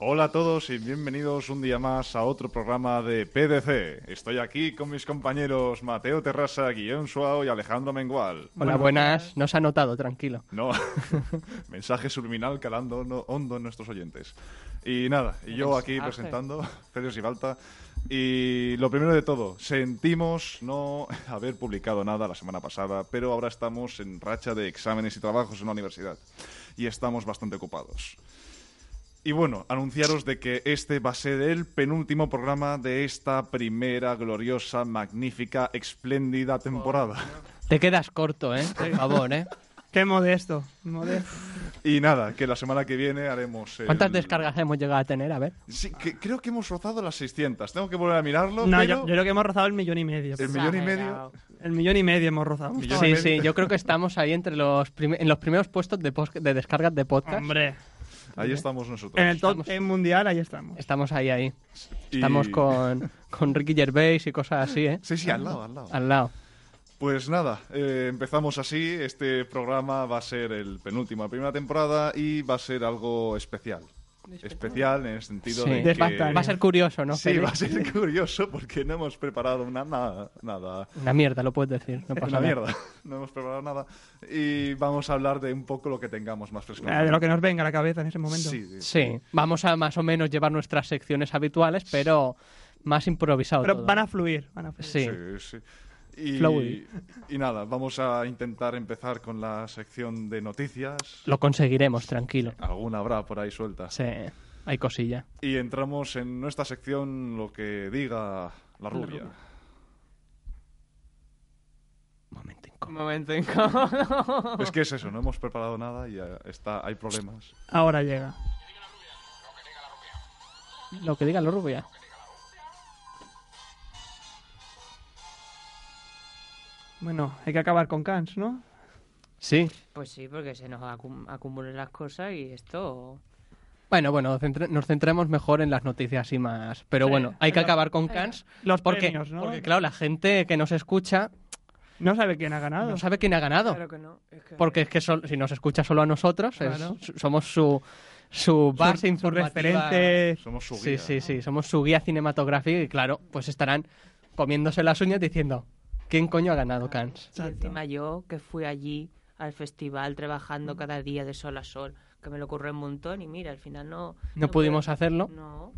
Hola a todos y bienvenidos un día más a otro programa de PDC. Estoy aquí con mis compañeros Mateo Terrasa, Guillén Suao y Alejandro Mengual. Hola, buenas. No se ha notado, tranquilo. No, mensaje subliminal calando no- hondo en nuestros oyentes. Y nada, y Pues, yo aquí Mensaje. presentando, Sergio Sibalta. Y lo primero de todo, sentimos no haber publicado nada la semana pasada, pero ahora estamos en racha de exámenes y trabajos en la universidad. Y estamos bastante ocupados. Y bueno, anunciaros de que este va a ser el penúltimo programa de esta primera gloriosa, magnífica, espléndida temporada. Te quedas corto, ¿eh? Por favor, ¿eh? Qué modesto, modesto. Y nada, que la semana que viene haremos... el- ¿Cuántas descargas hemos llegado a tener? A ver. Sí, que- creo que hemos rozado las 600. Tengo que volver a mirarlo, No, yo, pero... yo creo que hemos rozado el millón y medio. El millón y medio... El millón y medio hemos rozado. Millón y Sí, medio. sí, yo creo que estamos ahí entre los prime- en los primeros puestos de, pos- de descargas de podcast. Hombre, Ahí estamos nosotros. en el top Estamos- 10 mundial ahí estamos. Estamos ahí, ahí. Y- Estamos con, con Ricky Gervais y cosas así, ¿eh? Sí, sí, al lado, al lado. Al lado. Pues nada, eh, empezamos así. Este programa va a ser el penúltimo de primera temporada y va a ser algo especial. Especial en el sentido Sí. de que... Desbactante. Va a ser curioso, ¿no? Sí, Félix? va a ser curioso porque no hemos preparado una, nada, nada. Una mierda, lo puedes decir. No pasa Una nada. mierda. No hemos preparado nada. Y vamos a hablar de un poco lo que tengamos más fresco. Eh, De lo que nos venga a la cabeza en ese momento. Sí, sí. Sí, vamos a más o menos llevar nuestras secciones habituales, pero más improvisado. Pero todo. van a fluir, van a fluir. Sí. sí, sí. Y, Flowey. y nada, vamos a intentar empezar con la sección de noticias. Lo conseguiremos, tranquilo. Alguna habrá por ahí suelta. Sí, hay cosilla. Y entramos en nuestra sección lo que diga la rubia. Momento incómodo. momento incómodo. Es que es eso, no hemos preparado nada y eh, está, hay problemas. Ahora llega. Lo que diga lo rubia. Bueno, hay que acabar con Cans, ¿no? Sí. Pues sí, porque se nos acum- acumulan las cosas y esto. Bueno, bueno, centre- nos centremos mejor en las noticias y más. Pero Sí, bueno, hay que pero- eh, acabar con Cans. Los porque, premios, ¿no? Porque, claro, la gente que nos escucha No sabe quién ha ganado. no sabe quién ha ganado. Claro que no. es que- Oh. Porque es que sol- si nos escucha solo a nosotros, es- Claro. su- somos su, su Su- base su informativa. referente. Somos su Sí, guía. sí, sí, somos su guía cinematográfica y claro, pues estarán comiéndose las uñas diciendo, ¿quién coño ha ganado Cans? Y encima yo que fui allí al festival trabajando Mm. cada día de sol a sol, que me lo ocurrió un montón y mira, al final no. No pudimos hacerlo. No.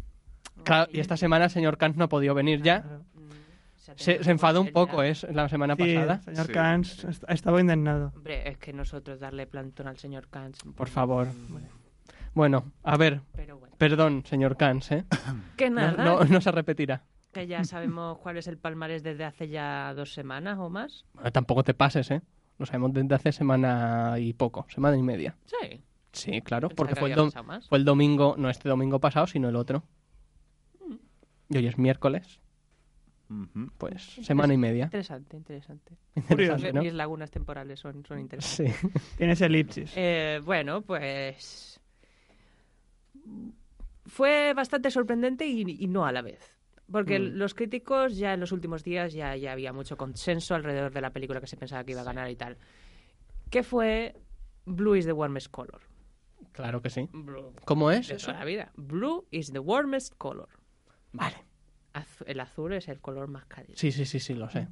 No, Claro, y oye, esta semana el señor Cans no ha podido venir ya. mm, se ha Se, tenido se enfadó un que volver poco, ya. ¿es? La semana Sí, pasada. el señor Sí. Cans est- ha estado indignado. Hombre, es que nosotros darle plantón al señor Kant. Por favor. Bueno, a ver, Pero bueno. perdón, señor Cans, ¿eh? Que No, nada, no- no se repetirá. que ya sabemos cuál es el palmarés desde hace ya dos semanas o más. Bueno, tampoco te pases, ¿eh? Lo sabemos desde hace semana y poco, semana y media. Sí. Sí, claro, Pensaba porque que fue el, había dom- pasado más. fue el domingo, no este domingo pasado, sino el otro. Y hoy es miércoles, Ujú. pues semana y media. Interesante, interesante. Interesante, Mis- ¿no? Mis lagunas temporales son, son interesantes. Sí. Tienes elipsis. Eh, bueno, pues. Fue bastante sorprendente y, y no a la vez. Porque Mm. los críticos ya en los últimos días ya, ya había mucho consenso alrededor de la película que se pensaba que iba a ganar y tal. Que fue Blue is the Warmest Color. Claro que sí. Blue. ¿Cómo es De eso? toda la vida. Blue is the warmest color. Vale. Azu- el azul es el color más cálido. Sí, sí, sí, sí, lo sé.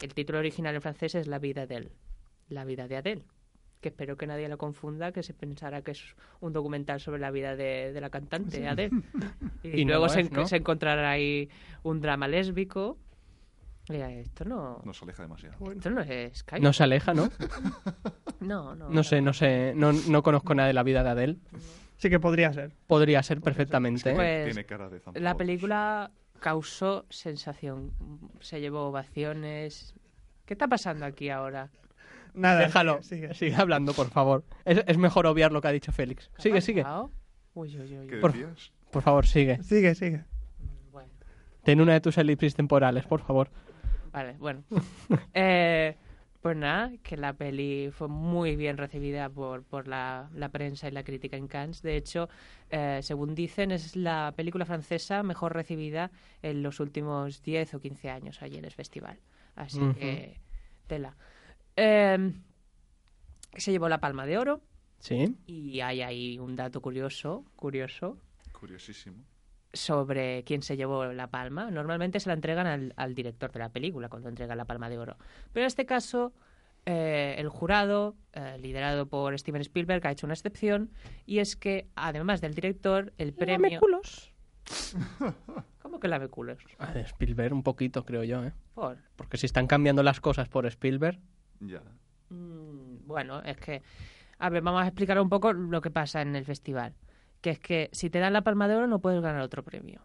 El título original en francés es La vida de él. La vida de Adele. Que espero que nadie lo confunda, que se pensará que es un documental sobre la vida de, de la cantante Adele. Y, Y no luego lo se, es, en- ¿no? se encontrará ahí un drama lésbico. Mira, esto no, Nos aleja demasiado. esto no es Sky. No se aleja, ¿no? no, no, No sé, no sé, no, no conozco nada de la vida de Adele. Sí que podría ser. Podría ser perfectamente. ¿eh? Pues, Tiene cara de zampón. La película causó sensación. Se llevó ovaciones, ¿Qué está pasando aquí ahora? Nada. pues, Déjalo. sigue, Sigue, sigue. hablando, por favor. Es, es mejor obviar lo que ha dicho Félix. Sigue, sigue. ¿Cao? Uy, uy, uy, ¿Qué uy. Por- decías? Por favor, sigue. Sigue, sigue. Bueno. Ten una de tus elipsis temporales, por favor. Vale, bueno. Eh, pues nada, que la peli fue muy bien recibida por, por la, la prensa y la crítica en Cannes. De hecho, eh, según dicen, es la película francesa mejor recibida en los últimos 10 o 15 años allí en el festival. Así Ujú. que, tela. Eh, se llevó la palma de oro ¿Sí? y hay ahí un dato curioso, curioso, Curiosísimo. sobre quién se llevó la palma. Normalmente se la entregan al, al director de la película cuando entrega la palma de oro. Pero en este caso, eh, el jurado, eh, liderado por Steven Spielberg, ha hecho una excepción y es que, además del director, el premio... culos. ¿Cómo que lame culos? Ah, de Spielberg un poquito, creo yo, ¿eh? Por... Porque si están cambiando las cosas por Spielberg... Ya. Mm, Bueno, es que... A ver, vamos a explicar un poco lo que pasa en el festival. Que es que si te dan la palma de oro no puedes ganar otro premio.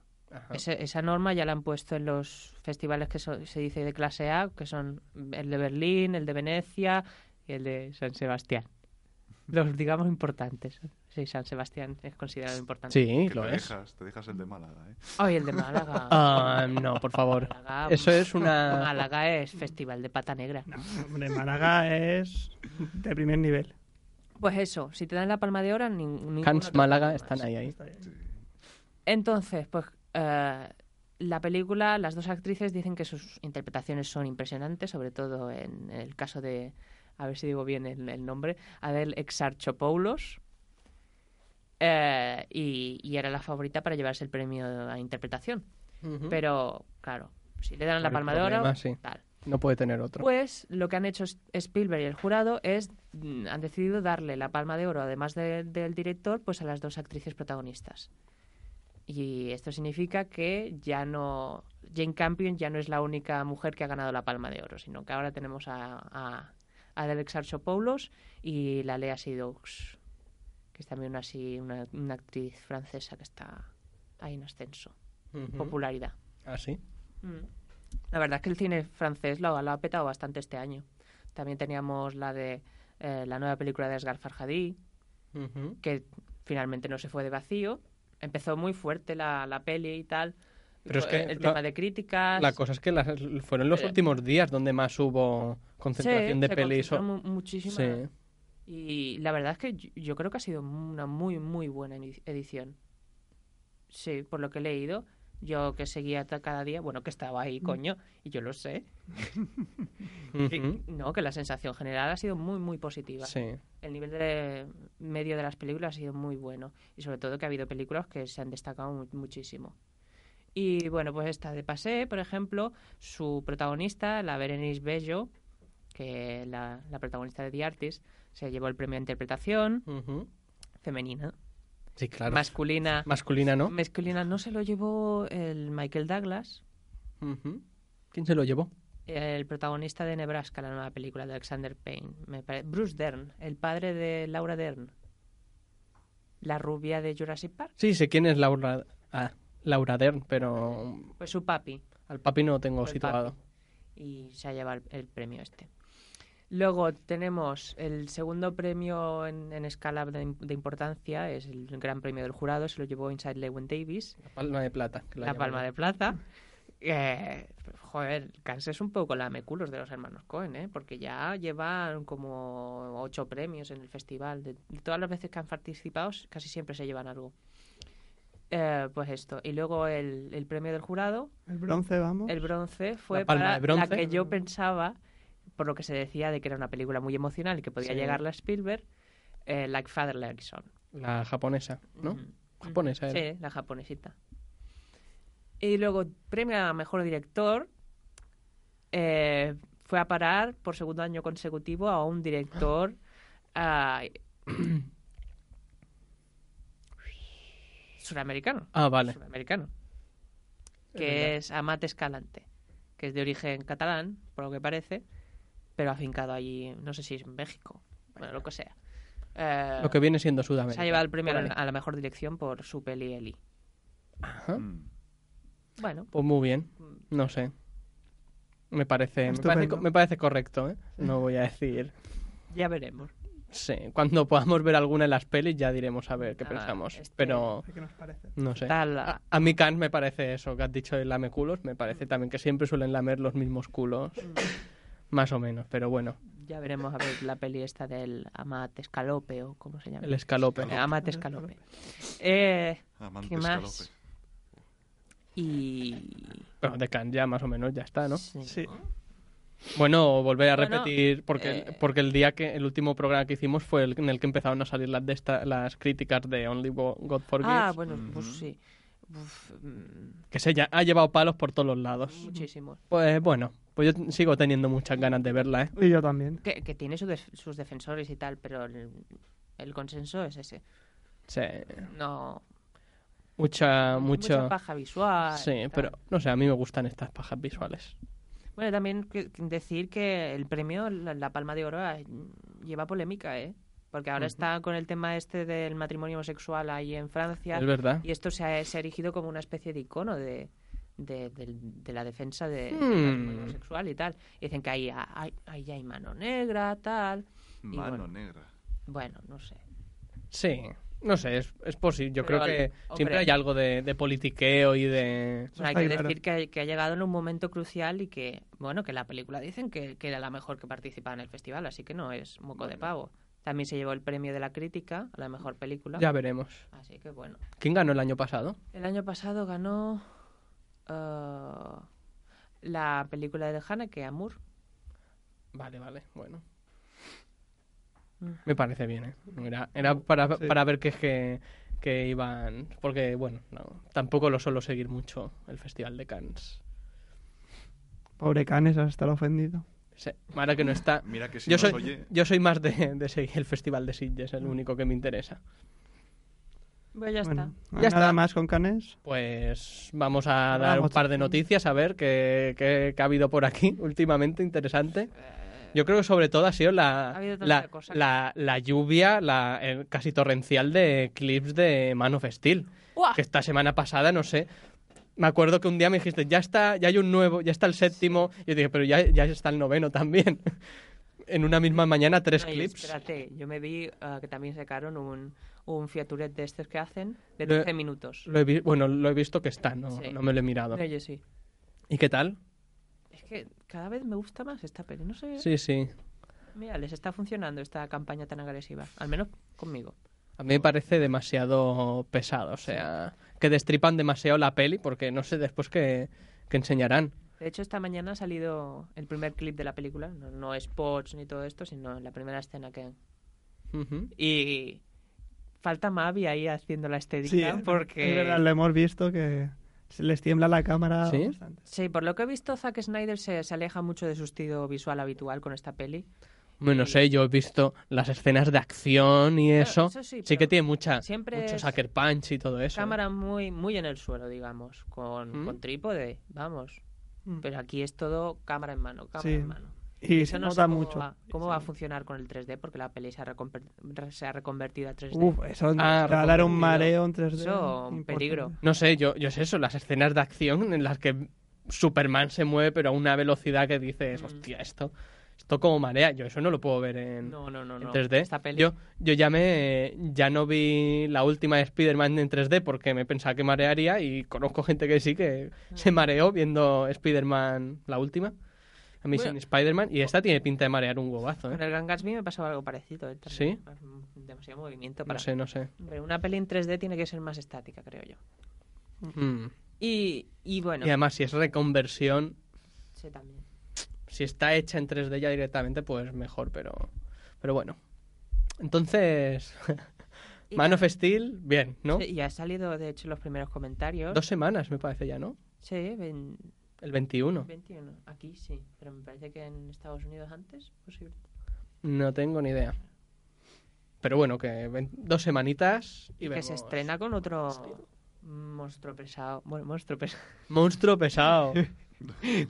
Ese- esa norma ya la han puesto en los festivales que so- se dice de clase A, que son el de Berlín, el de Venecia y el de San Sebastián. Los, digamos, importantes. Sí, San Sebastián es considerado importante. Sí, Que lo te es. Dejas, te dejas el de Málaga, ¿eh? Ay, el de Málaga. Ah, no, por favor. Málaga, Eso es una... Málaga es festival de pata negra. No, hombre, Málaga es de primer nivel. Pues eso, si te dan la palma de oro, nin- ningún Hans otro Málaga premio están más. ahí, ahí. Sí. Entonces, pues eh, la película, las dos actrices dicen que sus interpretaciones son impresionantes, sobre todo en el caso de, a ver si digo bien el, el nombre, Adel Exarchopoulos. Eh, y, y era la favorita para llevarse el premio a interpretación. Pero, claro, si le dan la Por el palma de oro, Mm. problema, sí. tal. No puede tener otro. Pues lo que han hecho es- Spielberg y el jurado es, mm, han decidido darle la palma de oro, además de- del director, pues a las dos actrices protagonistas. Y esto significa que ya no, Jane Campion ya no es la única mujer que ha ganado la palma de oro, sino que ahora tenemos a, a, a Adele Exarchopoulos y la Lea Seydoux, que es también una, así, una, una actriz francesa que está ahí en ascenso, Ujú. popularidad. Ah, sí. Mm. La verdad es que el cine francés lo, lo ha petado bastante este año. También teníamos la de eh, la nueva película de Asghar Farhadi, Ujú. que finalmente no se fue de vacío. Empezó muy fuerte la, la peli y tal. Pero es Eh, que el la- tema de críticas. La cosa es que las- fueron los Eh. últimos días donde más hubo Sí, concentración de se pelis. o- concentró mu- muchísima. Sí. Y la verdad es que yo, yo creo que ha sido una muy, muy buena edi- edición. Sí, por lo que he leído. Yo que seguía ta- cada día, bueno, que estaba Mm. ahí, coño, y yo lo sé. Que- Ujú. No, que la sensación general ha sido muy, muy positiva. Sí. El nivel de medio de las películas ha sido muy bueno. Y sobre todo que ha habido películas que se han destacado mu- muchísimo. Y bueno, pues esta de Pasé, por ejemplo, su protagonista, la Berenice Bello, que la, la protagonista de The Artist, se llevó el premio a interpretación Ujú. femenina. Sí, claro. Masculina. Masculina, ¿no? Masculina no se lo llevó el Michael Douglas, Ujú. ¿Quién se lo llevó? el protagonista de Nebraska, la nueva película de Alexander Payne. Me pare- Bruce Dern, el padre de Laura Dern. La rubia de Jurassic Park. Sí, sé quién es Laura, ah, Laura Dern, pero Pues su papi. al papi no lo tengo Pues situado. Y se ha llevado el, el premio este. Luego tenemos el segundo premio en, en escala de, im- de importancia, es el gran premio del jurado, se lo llevó Inside Lewin Davis, La palma de plata. que la, llaman. palma de plata. Eh, joder, Kansas es un poco la meculos de los hermanos Cohen, ¿eh? porque ya llevan como ocho premios en el festival. De, de todas las veces que han participado, casi siempre se llevan algo. Eh, pues esto. Y luego el- el premio del jurado, El bronce, vamos. el bronce fue La palma para de bronce. la que yo pensaba, por lo que se decía de que era una película muy emocional y que podía Sí. llegar la Spielberg, eh, Like Father Like Son. La japonesa, ¿no? Ujú. Japonesa era. Sí, la japonesita. Y luego, premio a mejor director eh, fue a parar por segundo año consecutivo a un director. ah, suramericano. Ah, vale. Sudamericano. verdad. Que es Amat Escalante, que es de origen catalán, por lo que parece, pero afincado allí, no sé si es en México, bueno, lo que sea. Eh, Lo que viene siendo Sudamérica. se ha llevado el premio por ahí. a la mejor dirección por su peli Eli. Ajá. Mm. Bueno, Pues muy bien. No sé. Me parece, me parece, Estupendo. me parece correcto, ¿eh? No voy a decir. Ya veremos. Sí, cuando podamos ver alguna de las pelis ya diremos a ver qué Ah, pensamos. este- Pero ¿Qué nos parece? no sé. Tal- A, a mí Kant me parece eso que has dicho de lameculos. Me parece Mm. también que siempre suelen lamer los mismos culos. Más o menos, pero bueno. Ya veremos a ver la peli esta del Amat Escalope o cómo se llama. El escalope. Eh, Amat Escalope. Eh, Amante ¿Qué más? Escalope. y... Bueno, de Kant ya más o menos ya está, ¿no? Sí. Sí. Bueno, volver a Bueno, repetir, porque, eh, porque el día que el último programa que hicimos fue el en el que empezaron a salir las, de esta- las críticas de Only Bo- God Forgives, Ah, bueno, pues Ujú. sí. Uf, mm, que se ya ha llevado palos por todos los lados. muchísimo. Pues bueno, pues yo sigo teniendo muchas ganas de verla, ¿eh? Y yo también. Que, que tiene su def- sus defensores y tal, pero el, el consenso es ese. Sí, No. Ah, mucha, Mucha mucho... paja visual. Sí, tal. pero no sé, a mí me gustan estas pajas visuales. Bueno, también que- que decir que el premio, la, la Palma de Oro, eh, lleva polémica, ¿eh? Porque ahora está con el tema este del matrimonio homosexual ahí en Francia. Es verdad. Y esto se ha, se ha erigido como una especie de icono de, de, del- de la defensa de, del Hmm. matrimonio homosexual y tal. Y dicen que ahí, hay- ahí hay mano negra, tal. Y Mano bueno, negra. bueno, no sé. Sí, no sé, es, es posible. Yo Pero, creo que hombre. siempre hay algo de, de politiqueo y de... O sea, hay está que claro. decir que, que ha llegado en un momento crucial y que, bueno, que la película dicen que, que era la mejor que participaba en el festival, así que no es moco de pavo. También se llevó el premio de la crítica a la mejor película. Ya veremos. Así que bueno. ¿Quién ganó el año pasado? El año pasado ganó eh, la película de Hanna, que Amur. Vale, vale, bueno. Mm. Me parece bien, ¿eh? Era, era para, para ver que es que, que iban... Porque, bueno, no, tampoco lo suelo seguir mucho, el Festival de Cannes. Pobre Canes, has estar ofendido. Se- Ahora que no está... Mira que si Yo nos soy, oye- yo soy más de, de seguir el Festival de Sitges, Mm. el único que me interesa. Bueno, Pues ya Bueno, está. Ya nada está. más con Canes. Pues vamos a dar Vamos. un par de noticias, a ver qué, qué- qué ha habido por aquí últimamente interesante. Yo creo que sobre todo ha sido la, Eh, Ha habido tanta la, cosa. la- la lluvia la, el casi torrencial de clips de Man of Steel. ¡Uah! Que esta semana pasada, no sé, me acuerdo que un día me dijiste, ya está, ya hay un nuevo, ya está el séptimo. Y yo dije, pero ya, ya está el noveno también. en una misma mañana, tres No, y clips. Espérate, yo me vi ah, que también sacaron un, un fiaturet de estos que hacen de Lo he- 12 minutos. Lo he vi- bueno, lo he visto que está, no, Sí. no me lo he mirado. No, yo sí. ¿Y qué tal? Es que cada vez me gusta más esta peli. No sé. Sí, sí. Mira, les está funcionando esta campaña tan agresiva. Al menos conmigo. A mí me parece demasiado pesado, o sea, que destripan demasiado la peli porque no sé después qué, qué enseñarán. De hecho, esta mañana ha salido el primer clip de la película. No, no spots ni todo esto, sino la primera escena que. Ujú. Y. Falta Mavi ahí haciendo la estética porque. es verdad, lo hemos visto que se les tiembla la cámara ¿Sí? bastante. Sí, por lo que he visto, Zack Snyder se, se aleja mucho de su estilo visual habitual con esta peli. Bueno, no sé, yo he visto las escenas de acción y eso. eso sí, que pero tiene mucha, siempre mucho es sucker punch y todo eso. cámara muy, muy en el suelo, digamos, con, ¿Mm? con trípode, vamos. Mm. Pero aquí es todo cámara en mano, cámara Sí. en mano. Y Eso se no sé nota cómo mucho. Va, ¿Cómo Sí. va a funcionar con el 3D? Porque la peli se ha, reconver- se ha reconvertido a 3D. Uf, eso Ah, te va a dar un reconvertido. mareo en 3D. este Eso, un importante. peligro. No sé, yo, yo es eso, las escenas de acción en las que Superman se mueve pero a una velocidad que dices, hostia, esto, esto como marea. Yo eso no lo puedo ver en, No, no, no. en no. 3D. Esta peli. Yo, yo ya me ya no vi la última de Spider-Man en 3D porque me pensaba que marearía y conozco gente que sí que Ah. se mareó viendo Spider-Man la última. A mí sin Bueno. Spider-Man y esta tiene pinta de marear un huevazo, Con ¿eh? el Gran Gatsby me pasó algo parecido. ¿eh? ¿Sí? También, Demasiado movimiento para. No sé, no sé. Pero una peli en 3D tiene que ser más estática, creo yo. Mm. Y, y bueno, Y además si es reconversión, sí, también. si está hecha en 3D ya directamente pues mejor, pero pero bueno. Entonces Y Man ya- of Steel, bien, ¿no? Sí, y ha salido, de hecho, los primeros comentarios. Dos semanas me parece ya, ¿no? Sí, ven- El 21. 21. Aquí sí, pero me parece que en Estados Unidos antes, posible. No tengo ni idea. Pero bueno, que ven- dos semanitas y, Y que se vemos. estrena con otro monstruo pesado. Bueno, monstruo pesado. Monstruo pesado.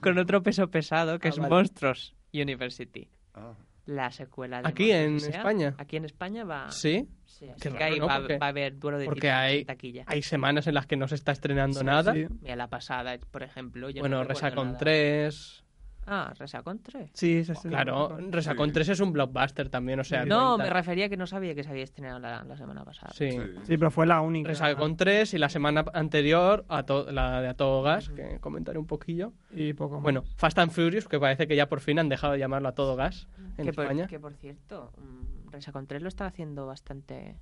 con otro peso pesado que Ah, es vale. Monstruos University. Ah, La secuela de Aquí, Monstruos, en o sea, España. Aquí en España va. ¿Sí. sí, así Qué que raro, ahí ¿no? va, Porque- va a haber duelo de porque titanes en hay- taquilla. Hay semanas en las que no se está estrenando Sí, nada. sí. Mira, la pasada, por ejemplo. yo no Bueno, recuerdo Resa con nada. 3. Ah, Resacon 3. Sí, se estrenó. Claro, Resacon 3 es un blockbuster también, o sea. No, cuenta. me refería que no sabía que se había estrenado la, la semana pasada. Sí. Sí, pero fue la única. Resacon 3 y la semana anterior a to- la de A Todo Gas, que comentaré un poquillo. Y poco más. Bueno, Fast and Furious, que parece que ya por fin han dejado de llamarlo A Todo Gas en que, España. por, que por cierto, mm, Resacon 3 lo está haciendo bastante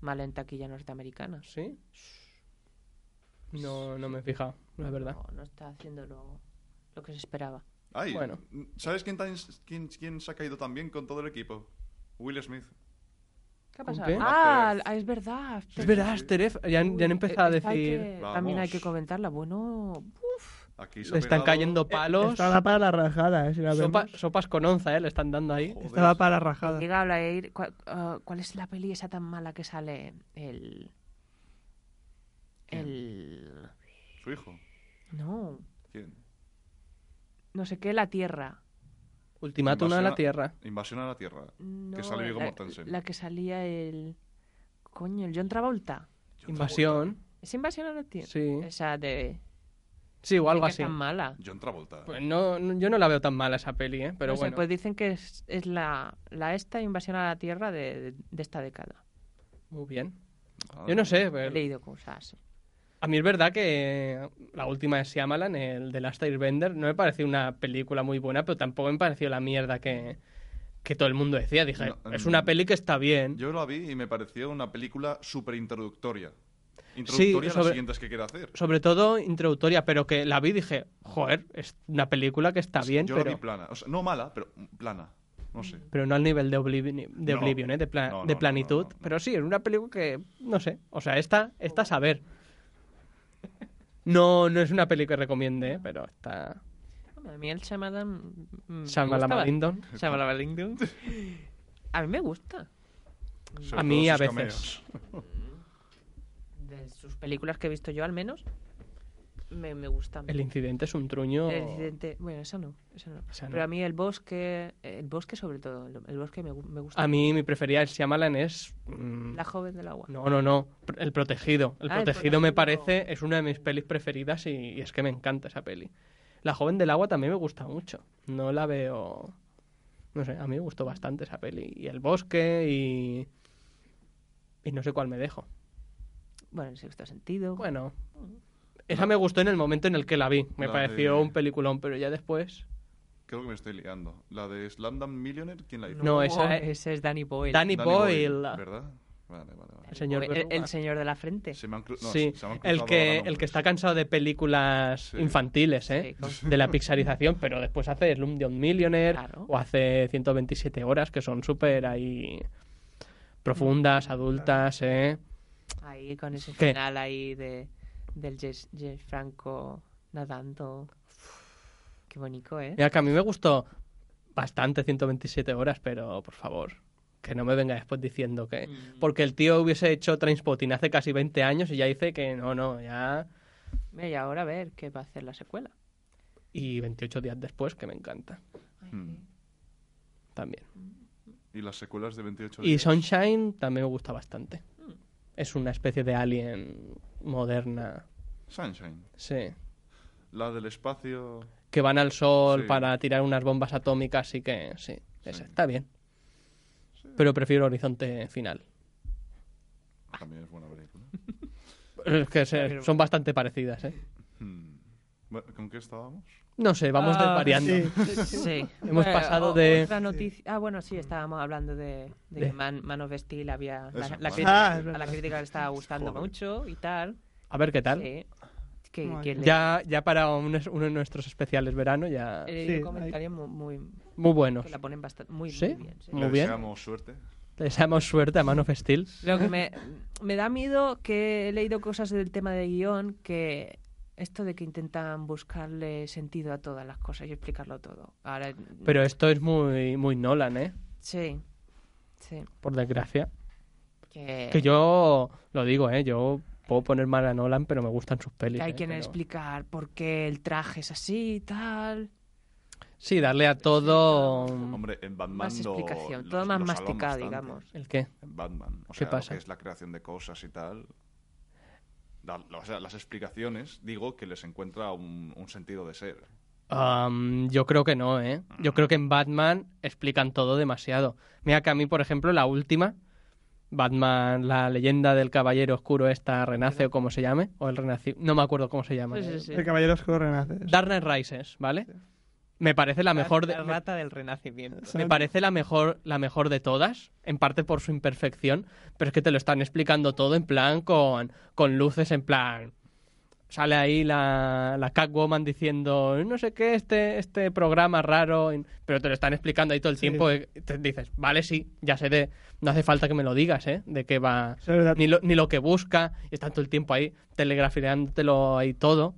mal en taquilla norteamericana. ¿Sí? No, no me he fijado, la verdad. No, no está haciendo lo, lo que se esperaba. Ay, Bueno. ¿sabes quién, tan- quién- quién se ha caído también con todo el equipo? Will Smith. ¿Qué ha ¿Con pasado? qué? Ah, After Earth. ah, es verdad. After Es verdad, Earth. Asteref, ya han, ya han Uy, eh, empezado a esta hay decir. que- también hay que Vamos. comentarla. Bueno, Aquí se ha Le están pegado- Eh, cayendo palos. Estaba para la rajada, eh, si la sopa- vemos. sopas con onza, ¿eh? Le están dando ahí. Joder. Estaba para la rajada. llega a hablar. ¿cuál, ah, cuál es la peli esa tan mala que sale el. El. Su hijo. No, ¿Quién? no sé qué, la tierra. Ultimátum a Invasión la Tierra. Invasión a la Tierra. No, que sale Viggo la- Mortensen. La que salía el. Coño, el John Travolta. Invasión. ¿Es invasión a la tierra? Sí. Esa de. Sí, o algo que es así. tan mala. John Travolta. Pues no, no- yo no la veo tan mala esa peli, ¿eh? Pero No sé, bueno. pues dicen que es, es la, la esta invasión a la tierra de, de- de esta década. Muy bien. Ah, Yo no sé. He pero- leído cosas. A mí es verdad que la última de Shyamalan, el de Last Airbender, no me pareció una película muy buena, pero tampoco me pareció la mierda que, que todo el mundo decía. Dije, No, es mm, una peli que está bien. Yo la vi y me pareció una película súper introductoria. Sí, Introductoria a las sobre- siguientes que quiere hacer. Sobre todo introductoria, pero que la vi y dije, joder, es una película que está bien, Yo la pero, vi plana. O sea, no mala, pero plana. No sé. pero no al nivel de, Oblivion- de No. Oblivion, ¿eh? de, pla- No, no, de no, planitud. no, no, no. Pero sí, es una película que, no sé, o sea, esta, esta es a ver. No, no es una peli que recomiende, ¿eh? pero está... Hombre, A mí el Shyamalan... mm, Shyamalan me gusta Malindon. ba- Shyamalan Malindon. A mí me gusta. Sobre Mm, A mí todo a sus veces. cameos. De sus películas que he visto yo, al menos, me, me gustan. El incidente es un truño... El incidente... Bueno, eso no, eso no. Esa no. Pero a mí el bosque... El bosque sobre todo. El el bosque me, gu- me gusta. A mí mi preferida de Shyamalan es... mm, La joven del agua. No, no, no. pr- El Protegido. El Ah, El Protegido me Protegido. parece, es una de mis pelis preferidas y, y es que me encanta esa peli. La Joven del Agua también me gusta mucho. No la veo... No sé, a mí me gustó bastante esa peli. Y El Bosque y... Y no sé cuál me dejo. Bueno, en sexto sentido. Bueno. Esa me gustó en el momento en el que la vi. Me La pareció de- un peliculón, pero ya después... Creo que me estoy liando. La de Slamdam Millionaire, ¿quién la hizo? No, esa es- ese es Danny Boyle. Danny, Danny Boyle. ¿Verdad? Vale, vale, vale. El señor el, Verruga. el señor de la frente. Se me han cru- no, sí, se me han cruzado el que, ahora el que nombres. está cansado de películas Sí. infantiles, ¿eh? Sí, con- de la pixarización, pero después hace Slumdog Millionaire Claro. o hace 127 horas, que son súper ahí profundas, adultas, ¿eh? Ahí con ese ¿Qué? final ahí de, del Jess, Jess Franco nadando. Qué bonito, ¿eh? Mira, que a mí me gustó bastante 127 horas, pero por favor, que no me venga después diciendo que... Mm. Porque el tío hubiese hecho Trainspotting hace casi 20 años y ya dice que no, no, ya... Mira, y ahora a ver qué va a hacer la secuela. Y 28 días después, que me encanta Mm. también. Y las secuelas de 28 Y días. Sunshine también me gusta bastante. Es una especie de alien moderna, Sunshine. sí. La del espacio. Que van al sol Sí. para tirar unas bombas atómicas y que sí, esa Sí. está bien. Pero prefiero Horizonte Final. También es buena película. Pero es que se- son bastante parecidas, ¿eh? Hmm. Bueno, ¿Con qué estábamos? No sé, vamos Ah, desvariando. sí. Sí. Hemos pasado de- Otra noticia. Ah, bueno, sí, estábamos hablando de, de De- que Man, Man of Steel había. La, Eso, la Man. crítica, Ah, es verdad. a la crítica le estaba gustando Joder. mucho y tal. A ver qué tal. Sí. Que, Madre que le- Ya, ya para un es- uno de nuestros especiales verano, ya. he leído Sí, ahí. comentarios muy, muy- Muy buenos. que la ponen bastante, muy, ¿Sí? muy bien. sí. Muy Le bien. deseamos suerte. Les deseamos suerte a Man of Steel. Lo que me, me da miedo que he leído cosas del tema de guión que esto de que intentan buscarle sentido a todas las cosas y explicarlo todo. Ahora, Pero esto es muy, muy Nolan, ¿eh? sí, sí. Por desgracia. Que, Que yo lo digo, ¿eh? Yo puedo poner mal a Nolan, pero me gustan sus que pelis. hay ¿eh? quien Pero- explicar por qué el traje es así y tal. Sí, darle a todo... Hombre, en Batman. más lo- explicación, lo- todo más lo salvan masticado, bastante. digamos. ¿El qué? En Batman. O sea, lo pasa? que es la creación de cosas y tal. Da- o sea, las explicaciones, digo, que les encuentra un, un sentido de ser. Um, yo creo que no, ¿eh? Yo creo que en Batman explican todo demasiado. Mira que a mí, por ejemplo, la última, Batman, la leyenda del Caballero Oscuro, esta renace o como se llame, o el renacido, no me acuerdo cómo se llama. Pues Sí, sí, sí. El Caballero Oscuro renace. Dark Knight Rises, ¿vale? Me parece la mejor de, La me- rata del renacimiento. me parece la mejor, la mejor de todas, en parte por su imperfección, pero es que te lo están explicando todo en plan con, con luces, en plan. Sale ahí la, la Catwoman diciendo, no sé qué, este, este programa raro, y- pero te lo están explicando ahí todo el tiempo. eh, Te dices, vale, sí, ya sé de. No hace falta que me lo digas, ¿eh? De qué va. Eso es verdad. Ni lo, ni lo que busca, y están todo el tiempo ahí telegrafiándotelo ahí todo.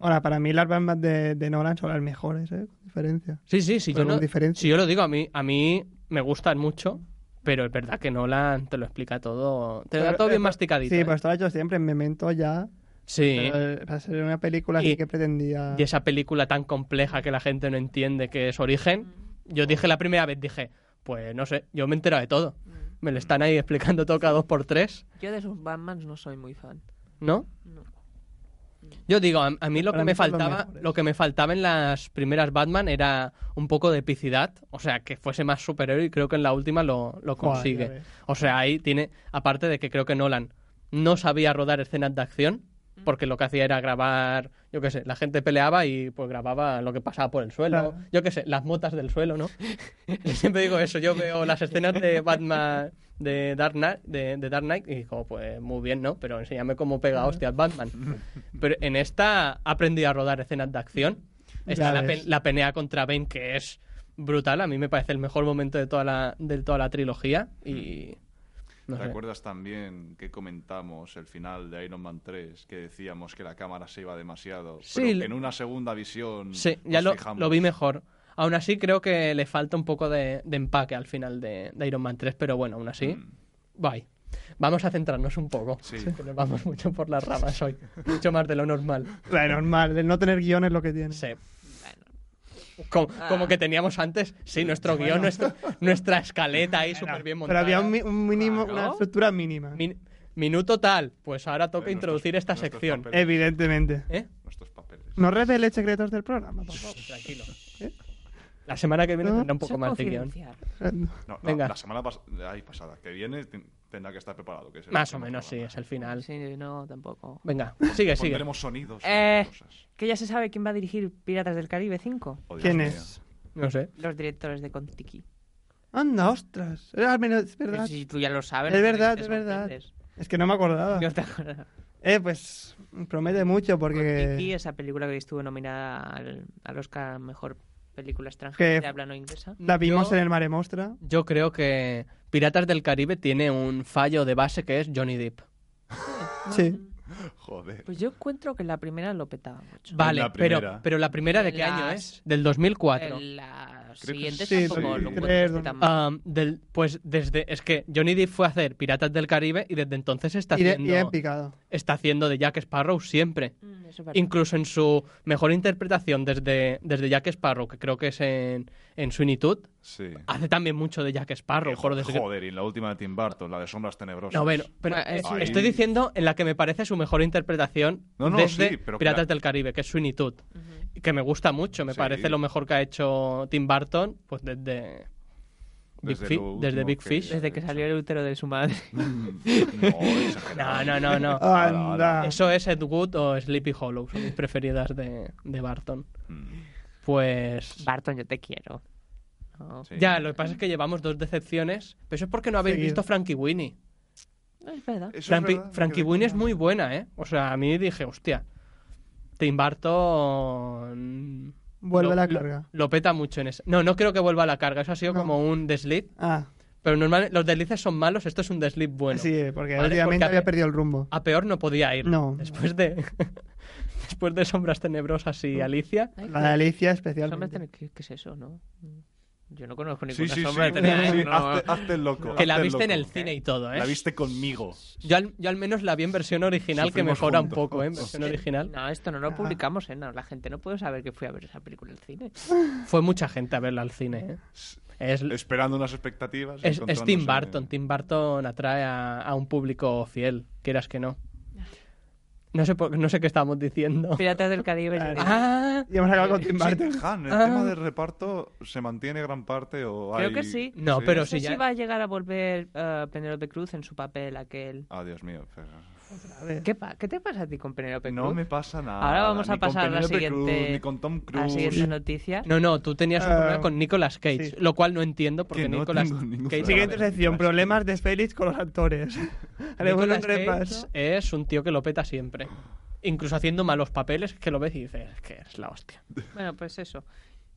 Ahora, para mí las Batman de, de Nolan son las mejores, ¿eh? Con diferencia. Sí, sí, sí. Yo Pero con no, diferencia. si yo lo digo, a mí, a mí me gustan mucho, pero es verdad que Nolan te lo explica todo. Te lo da Pero, todo eh, bien pa- masticadito. Sí, ¿eh? pues esto lo ha hecho siempre en Memento ya. Sí. Pero, eh, Para ser una película Y- así que pretendía... Y esa película tan compleja que la gente no entiende que es origen. Yo dije la primera vez, dije, pues no sé, yo me he enterado de todo. Me lo están ahí explicando todo cada dos por tres, Yo de sus Batmans no soy muy fan. ¿no? No. Yo digo, a, a mí lo Para que mí me son los faltaba, mejores. lo que me faltaba en las primeras Batman era un poco de epicidad, o sea, que fuese más superhéroe y creo que en la última lo, lo Joder, consigue. ya ves. O sea, ahí tiene, aparte de que creo que Nolan no sabía rodar escenas de acción, porque lo que hacía era grabar, yo qué sé, la gente peleaba y pues grababa lo que pasaba por el suelo, Claro. yo qué sé, las motas del suelo, ¿no? Yo siempre digo eso, yo veo las escenas de Batman, de Dark Knight, de, de Dark Knight y digo, pues muy bien, ¿no? Pero enséñame cómo pega hostia al Batman. Pero en esta aprendí a rodar escenas de acción. Está Ya la, ves. pe- la pelea contra Bane, que es brutal. A mí me parece el mejor momento de toda la, de toda la trilogía. Y. No ¿Te sé. acuerdas también que comentamos el final de Iron Man 3 que decíamos que la cámara se iba demasiado? Sí, pero lo- que en una segunda visión. Sí, nos ya lo, fijamos. lo vi mejor. Aún así, creo que le falta un poco de, de empaque al final de, de Iron Man 3, pero bueno, aún así. Mm, Bye. Vamos a centrarnos un poco. Sí. Que nos vamos mucho por las ramas hoy. Mucho más de lo normal. Bueno, normal, de no tener guiones lo que tiene. Sí. Como, como que teníamos antes, sí, nuestro guión, nuestro- nuestra escaleta ahí súper bien Pero montada. había un, mi- un mínimo, Claro. una estructura mínima. Min- minuto tal, pues ahora toca Nuestros- introducir esta nuestros sección. papeles. Evidentemente. ¿Eh? Oh, Nuestros papeles. No reveles secretos del programa, por favor. Tranquilo. ¿Eh? La semana que viene No. tendrá un Ah, Eso poco es más de guión. confidencial. Eh, No, no, Venga. La semana pas- ay, pasada que viene ten- tendrá que estar preparado. Que es el Más o último menos, sí, programa. es el final. Sí, no, tampoco. Venga, sigue, sigue. Pondremos sonidos. y Eh. cosas. Que ya se sabe quién va a dirigir Piratas del Caribe 5. Oh, Dios ¿Quién mío. es? No sé. Los directores de Contiki. Anda, ostras. Era al menos- es verdad. Si tú ya lo sabes. Es no te- verdad, te es verdad. sorprendes. Es que no me acordaba. No te acuerdas. Eh, pues promete mucho Contiki, porque esa película que estuvo nominada al, al Oscar a Mejor Película Extranjera Que- de habla no inglesa. la vimos Yo- en el Mare Mostra. Yo creo que Piratas del Caribe tiene un fallo de base que es Johnny Depp. Sí. Joder. Pues yo encuentro que la primera lo petaba mucho. Vale, La primera. pero, pero la primera de qué año Las- es? Del 2004. En La Creo que siguiente sí, tampoco sí. lo encuentro que Tres, esté dos- tan mal. Ah, del, pues desde. Es que Johnny Depp fue a hacer Piratas del Caribe y desde entonces está Y, de- haciendo, y en picado. está haciendo de Jack Sparrow siempre. Mm, eso es verdad. Incluso en su mejor interpretación desde, desde Jack Sparrow, que creo que es en, en Sweeney Todd, Sí. hace también mucho de Jack Sparrow. Eh, por desgra- joder, y la última de Tim Burton, la de Sombras Tenebrosas. No, bueno, pero Bueno, eh, eso- estoy diciendo en la que me parece su mejor interpretación No, no, desde sí, pero que Piratas la- del Caribe, que es Sweeney Todd, y que me gusta mucho, me Sí. parece lo mejor que ha hecho Tim Burton, pues desde Big, Desde Fi- lo desde último Big que- Fish. Desde que salió el útero de su madre. Mm, No, No, exagerado. no, no, no. Ah. Ala, ala. Anda. Eso es Ed Wood o Sleepy Hollow, son mis preferidas de, de Barton. Mm, Pues... Barton, yo te quiero. No. sí. Ya, lo que pasa es que llevamos dos decepciones, pero eso es porque no habéis Seguido. visto Frankie Winnie. No, es verdad. Eso es Frankie, verdad, me Frankie quedé con Winnie es ganas. muy buena, ¿eh? O sea, a mí dije, hostia, Tim Burton... Vuelve lo- la lo- carga. mm, Lo, peta mucho en ese... No, no creo que vuelva a la carga, eso ha sido No. como un desliz. Ah, Pero normalmente los deslices son malos, esto es un desliz bueno. sí, porque Vale, últimamente porque a- había perdido el rumbo. A peor no podía ir. No. Después de... Después de Sombras Tenebrosas y Alicia... Ay, La de Alicia especial. sombras tener- ¿Qué, qué es eso, no? Mm. Yo no conozco Sí, ninguna sí, sí. sombra de sí, tener- no. hazte, hazte el loco. Que la hazte viste en el loco. cine y todo, ¿eh? La viste conmigo. Yo al, yo al menos la vi en versión original, que Sufrimos mejora juntos. un poco, ¿eh? En versión original. No, esto no lo publicamos, ¿eh? No, la gente no puede saber que fui a ver esa película en el cine. Fue mucha gente a verla al cine, ¿eh? Es, Esperando unas expectativas. es- es Tim encontrándose- Burton. Tim Burton atrae a, a un público fiel, quieras que no. No sé, por- no sé qué estábamos diciendo. Piratas del Caribe. Claro. Ah, Y hemos acabado con Tim Sí, Burton. Han, el Ah. tema del reparto se mantiene gran parte o Creo hay- que sí. No, pero No sé sí ya- si va a llegar a volver eh, Penélope Cruz en su papel aquel. Ah, Dios mío. pero- ¿Qué, pa- qué te pasa a ti con Penélope Cruz? No me pasa nada. Ahora vamos a ni con pasar a la Penélope Cruz, siguiente- ni con Tom a la Cruise. siguiente noticia. no, no, tú tenías un Ah, problema con Nicolas Cage, sí. lo cual no entiendo porque Que no Nicolas tengo ningún Cage. problema. Siguiente sección, problemas de Félix con los actores. Haremos un Nicolas repaso. Cage es un tío que lo peta siempre. Incluso haciendo malos papeles, que lo ves y dices, es que es la hostia. Bueno, pues eso.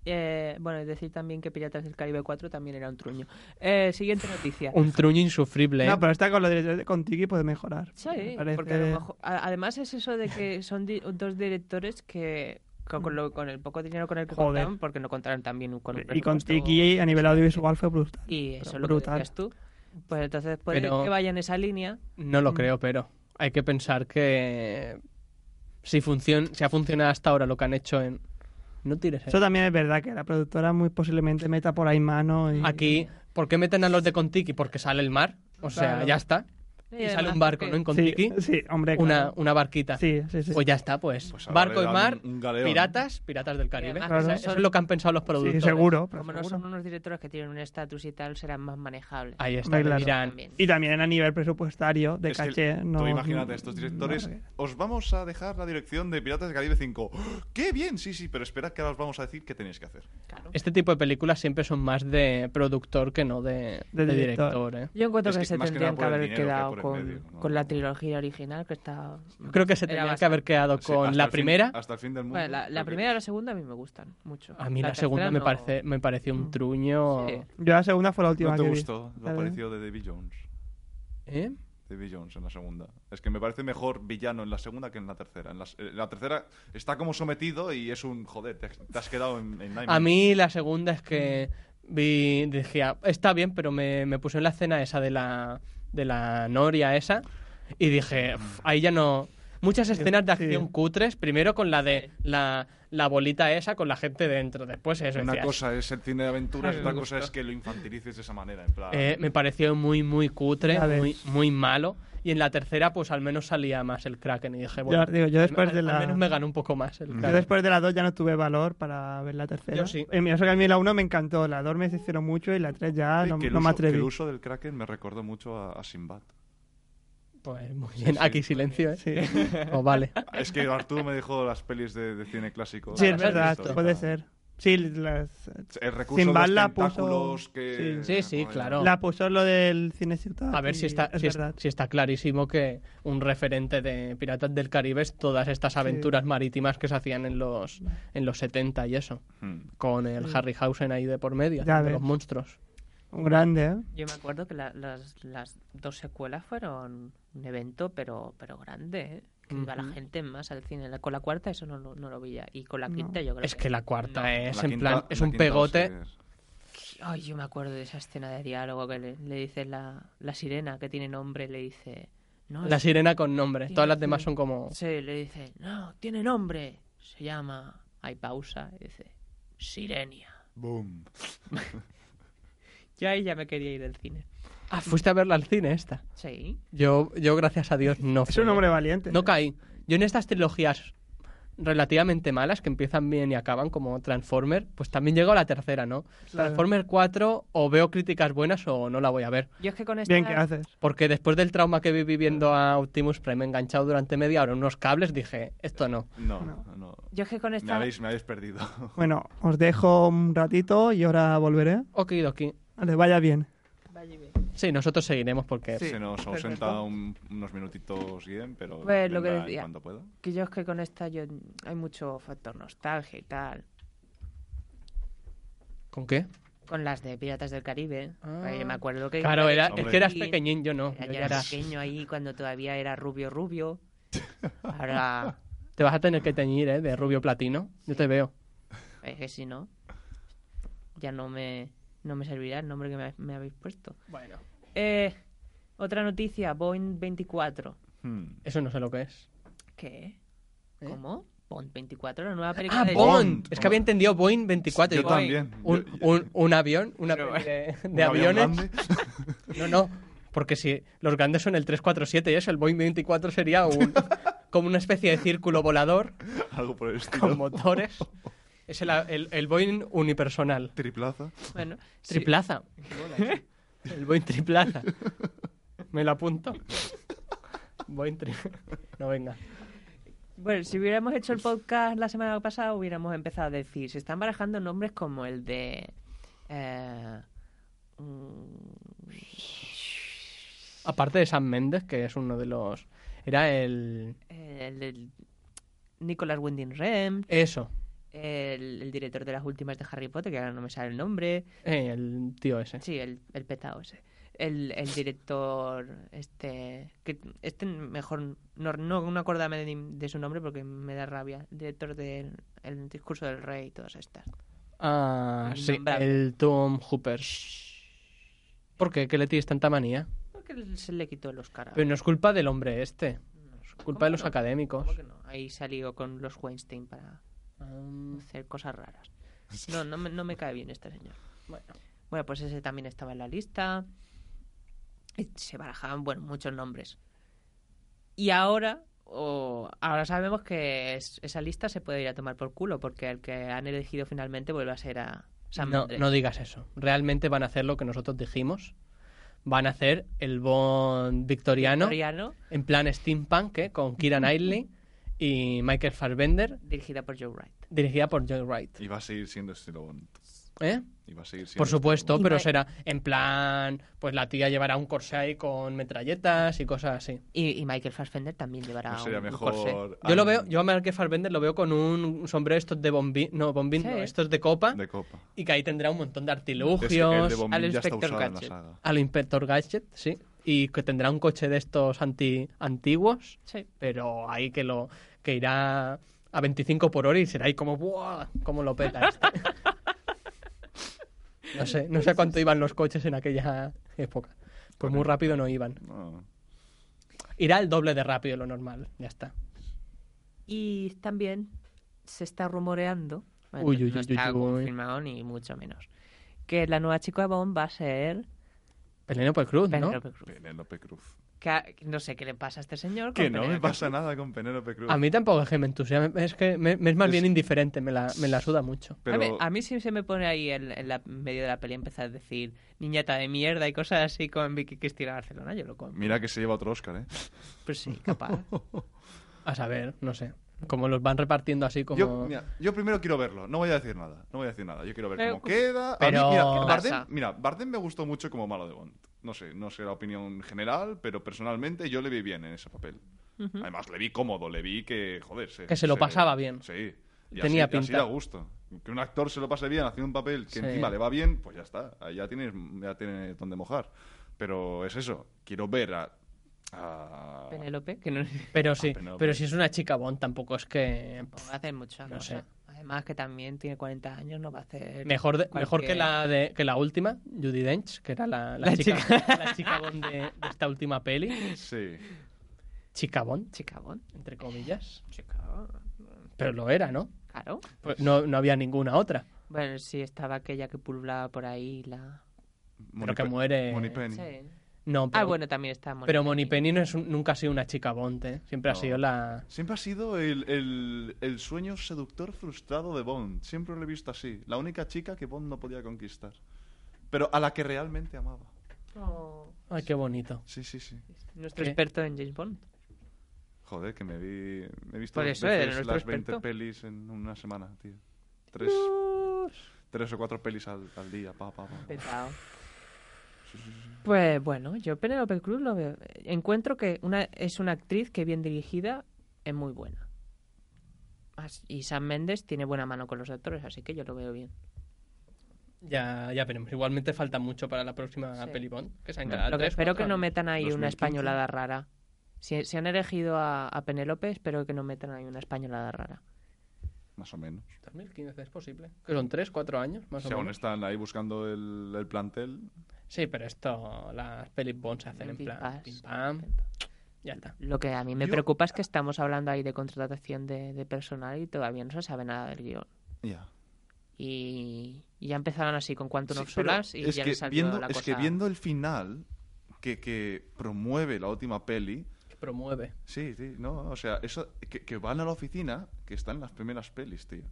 Eh, bueno, es decir también que Piratas del Caribe 4 también era un truño. Eh, siguiente noticia. Un truño insufrible. ¿eh? No, pero está con los directores de con Tiki puede mejorar. Sí, Me parece- porque a lo mejor- a- además es eso de que son di- dos directores que con, con lo- con el poco dinero con el que Joder. contaron, porque no contaron también con un Y con presupuesto- Tiki a nivel audiovisual fue brutal. Y eso Pero es lo brutal. que decías tú. Pues entonces puede Pero- que vaya en esa línea. No lo creo, pero hay que pensar que si, funcion si ha funcionado hasta ahora lo que han hecho en... No tires Eso eso. también es verdad que la productora muy posiblemente meta por ahí mano. Y... Aquí, ¿por qué meten a los de Contiki? Porque sale el mar, o sea, Claro. ya está. Y Y sale además un barco, porque- ¿no? En sí, Contiki, sí, hombre. una, claro. una barquita. Sí, sí, sí. Pues ya está, pues. Pues ahora barco le y dan mar, un galeón. piratas, piratas del Caribe. además Claro. Eso es lo que han pensado los Sí, productores. seguro. pero Como no seguro. son unos directores que tienen un estatus y tal, serán más manejables. Ahí está, Hombre, le claro. dirán, También. Y también a nivel presupuestario, de Es que caché. no, tú imagínate, estos directores, no, os vamos a dejar la dirección de Piratas del Caribe 5. ¡Qué bien! Sí, sí, pero esperad que ahora os vamos a decir qué tenéis que hacer. Claro. Este tipo de películas siempre son más de productor que no de, De de director. director. ¿eh? Yo encuentro Es que, que se más que tendrían nada que por el haber dinero que quedado por el con, medio, ¿no? con la trilogía original que está... Yo creo que se Era tenía que bastante- haber quedado Sí, con hasta la el fin- primera. hasta el fin del mundo. Bueno, la, la creo que- primera y la segunda a mí me gustan mucho. A mí la, tercera segunda me, no. parece, me pareció Mm. un truño. Sí. Yo la segunda fue la última No te que vi. gustó lo Claro. parecido de Davy Jones. ¿Eh? Davy Jones en la segunda. Es que me parece mejor villano en la segunda que en la tercera. En la, en la tercera está como sometido y es un joder, te, has- te has quedado en, en Nightmare. A mí la segunda es que vi, dije, "Ah, está bien, pero me, me puso en la escena esa de la, de la noria esa y dije, "Uf, ahí ya no... Muchas escenas de sí. acción cutres, primero con la de la, la bolita esa con la gente dentro, después eso. Una decías, cosa es el cine de aventuras, Ay, otra me cosa gustó. es que lo infantilices de esa manera. En plan, Eh, me pareció muy, muy cutre, Ya ves. muy, muy malo. Y en la tercera, pues al menos salía más el Kraken. Y dije, bueno, os digo, yo después al, de al la- menos me ganó un poco más el Yo Kraken. después de la 2 ya no tuve valor para ver la tercera. Yo sí. Eh, mira, eso que a mí la 1 me encantó, la 2 me decepcionó mucho y la 3 ya Sí, no, que el no me uso- que atreví. el uso del Kraken me recordó mucho a, a Sinbad. Pues muy bien, sí. aquí silencio, ¿eh? Sí. O vale. Es que Arturo me dejó las pelis de, de cine clásico. Sí, es las verdad, he visto, puede y tal. ser. Sí, las- El recurso Sinbad de los la puso- tentáculos que... Sí, sí, Madre claro. No. la puso lo del cine ciudad. A ver y si está, Es si, es- verdad. si está clarísimo que un referente de Piratas del Caribe es todas estas aventuras marítimas que se hacían en los, en los 70 y eso. Hmm. Con el Harryhausen ahí de por medio, Ya de ves. los monstruos. Un grande, ¿eh? Yo me acuerdo que la- las, las dos secuelas fueron un evento, pero, pero grande, ¿eh? Que iba la gente más al cine. La- Con la cuarta eso no, lo- no lo veía. Y con la quinta yo creo Es que la cuarta es, La en quinta- plan, es la un quinta pegote. Oscar. Ay, yo me acuerdo de esa escena de diálogo que le, le dice la, la sirena, que tiene nombre, le dice... No, La es- sirena con nombre. Tiene Todas las que- demás son como... Sí, le dice, no, tiene nombre. Se llama... Hay pausa. y dice, Sirenia. Boom. Yo ahí ya me quería ir del cine. Ah, fuiste a verla al cine esta. Sí. Yo, yo gracias a Dios, no. Es fui. un hombre valiente. No caí. Yo en estas trilogías relativamente malas, que empiezan bien y acaban como Transformer, pues también llego a la tercera, ¿no? Transformer 4 o veo críticas buenas o no la voy a ver. Yo es que con esta... Bien, ¿qué haces? Porque después del trauma que viví viendo a Optimus Prime enganchado durante media hora en unos cables, dije, esto no. No, no. Yo es que con Me, esta... habéis, me habéis perdido. Bueno, os dejo un ratito y ahora volveré. Okidoki. Vale, vaya bien. Sí, nosotros seguiremos porque... Sí. Se nos perfecto. ausenta un- unos minutitos bien, pero Pues lo que vendrá en decía. cuanto pueda. Que yo es que con esta yo, hay mucho factor nostalgia y tal. ¿Con qué? Con las de Piratas del Caribe. Ah. Pues yo me acuerdo que... Claro, era, Hombre. es que eras Sí. pequeñín, yo no. Era- Yo yo ya era era- pequeño ahí cuando todavía era rubio rubio. Ahora... Te vas a tener que teñir, ¿eh? De rubio platino. Yo te veo. Es que si no... Ya no me, no me servirá el nombre que me, me habéis puesto. Bueno. Eh, otra noticia. Boeing 24. Hmm. Eso no sé lo que es. ¿Qué? ¿Eh? ¿Cómo? Bond 24, la nueva película Ah, de Bond. Bond. Es que había entendido Boeing 24. Yo Digo, también. Un, Yo- yo- un- un avión, una peli de, de ¿Un avión aviones. grande? No, no, porque si los grandes son el 347 y eso, el Boeing 24 sería un, como una especie de círculo volador Algo por el estilo. con motores. Es el, el, el Boeing unipersonal. Triplaza. Bueno, sí. Triplaza. El Boeing triplaza. Me lo apunto. Boeing tri... No, venga. Bueno, si hubiéramos hecho el podcast la semana pasada, hubiéramos empezado a decir, se están barajando nombres como el de... eh, Aparte de San Méndez, que es uno de los... Era el... el, el Nicolas Winding Rem, Eso. el, el director de las últimas de Harry Potter, que ahora no me sale el nombre. eh, el tío ese. Sí, el, el petao ese. El, el director, este, que este mejor, no, no, no acordarme de, ni- de su nombre porque me da rabia. El director del el discurso del rey y todas estas. Ah, sí. Innombrable. El Tom Hooper. ¿Por qué? ¿Que le tienes tanta manía? Porque se le quitó los caras. Pero no es culpa del hombre este. Es culpa de los académicos. Ahí salió con los Weinstein para Ah, hacer cosas raras. No, no me, no me cae bien este señor. Bueno. Bueno, pues ese también estaba en la lista. Y Se barajaban, bueno, muchos nombres. Y ahora, o ahora sabemos que es- esa lista se puede ir a tomar por culo, porque el que han elegido finalmente vuelve a ser a San No, Andrés. no digas eso. Realmente van a hacer lo que nosotros dijimos. Van a hacer el Bond victoriano, Coreano, en plan steampunk, ¿eh? con Kira Knightley y Michael Fassbender, dirigida por Joe Wright. dirigida por Joe Wright. Y va a seguir siendo estilo Bond. ¿Eh? Y va a seguir siendo Por supuesto, estilo pero Mike- será en plan, pues la tía llevará un corsé ahí con metralletas y cosas así. Y, y Michael Fassbender también llevará Bond. No sería un, un mejor. corsé. Yo lo Anne veo, yo a Michael Fassbender lo veo con un sombrero estos de bombín, no, bombín, no, Sí. estos de copa, De copa. y que ahí tendrá un montón de Es que el artilugios, de Bond al ya está Inspector usado en la Gadget. saga. al Inspector Gadget, sí, y que tendrá un coche de estos anti antiguos, Sí. pero ahí que lo que irá a 25 por hora y será ahí como ¡buah! como lo peta este. No sé, no sé a cuánto iban los coches en aquella época. Pues muy rápido no iban. No. Irá el doble de rápido lo normal, ya está. Y también se está rumoreando, bueno, Uy, uy, no uy, está uy, uy. confirmado ni mucho menos, que la nueva chica Bond va a ser Penélope Cruz, ¿no? Penélope Cruz. Penélope Cruz. Que a- no sé qué le pasa a este señor. Que con no me Penélope pasa nada con Penélope Cruz. A mí tampoco es que me entusiasme, es que me, me es más Es- bien indiferente, me la, me la suda mucho. Cruz. A Pero ver, A, mí sí se me pone ahí en, en la medio de la peli empezar a decir niñata de mierda y cosas así con Vicky Cristina Barcelona, yo lo compro. mira que se lleva otro Oscar, ¿eh? Pues sí, capaz. A saber, no sé, como los van repartiendo así como... Yo, mira, yo primero quiero verlo, no voy a decir nada, no voy a decir nada, yo quiero ver Pero- cómo queda. A Pero- mí, mira, ¿Qué Bardem, pasa? mira, Bardem me gustó mucho como malo de Bond. No sé, no sé la opinión general, pero personalmente yo le vi bien en ese papel. Además, le vi cómodo, le vi que, joder, Que se lo pasaba bien. Sí. Y Tenía así, y así pinta. da gusto. Que un actor se lo pase bien haciendo un papel que Sí. encima le va bien, pues ya está. Ahí ya tienes, ya tienes donde mojar. Pero es eso, quiero ver a... a- Penélope, que no Pero sí, Penélope. pero si es una chica Bond tampoco es que... pff, va a hacer muchas No cosas. sé. Además que también tiene 40 años, no va a hacer... Mejor, de- mejor que, cualquier- la de, que la última, Judy Dench, que era la, la La chica, la chica Bond de, de esta última peli. Sí. Chica Bond, Chica Bond. entre comillas. Chica Bond. Pero lo era, ¿no? Claro. Pues no, no había ninguna otra. Bueno, sí, estaba aquella que pululaba por ahí, la... Moni que Pe- muere- Moni Penny. Sí. No, pero, Ah, bueno, también está Moni pero Penny. Moni Penny no es un- nunca ha sido una chica Bond, ¿eh? Siempre ha No. sido la... Siempre ha sido el, el- el sueño seductor frustrado de Bond. Siempre lo he visto así. La única chica que Bond no podía conquistar. Pero a la que realmente amaba. Oh, Ay, qué bonito. Sí, sí, sí. nuestro ¿Qué? experto en James Bond. Joder, que me vi. Me he visto Por dos eso, veces era nuestro las 20 experto. pelis en una semana, tío. Tres, tres o cuatro pelis al, al día, pa, pa, pa. Petao. Pues bueno, yo Penélope Cruz lo veo. Encuentro que una, es una actriz que bien dirigida es muy buena. As- Y Sam Méndez tiene buena mano con los actores, así que yo lo veo bien. Ya, ya veremos. Igualmente falta mucho para la próxima Sí. peli Bond, que se Lo Lo que espero que no metan ahí 2015. una españolada rara. Si, si han elegido a, a Penélope, espero que no metan ahí una españolada rara. Más o menos. 2015 es posible. Que son 3, 4 años, más Si o aún menos. están ahí buscando el, el plantel. Sí, pero esto, las pelis Bond se hacen en Pim, plan pas, pim pam, ya está. Lo que a mí me Yo- preocupa es que estamos hablando ahí de contratación de, de personal y todavía no se sabe nada del guión. Ya. Y, y ya empezaron así con Quantum Sí, of pero Solace y es ya que les salió viendo, la Es cosa. que viendo el final que, que promueve la última peli, promueve. Sí, sí, no, no, o sea, eso, que, que van a la oficina, que están en las primeras pelis, tío.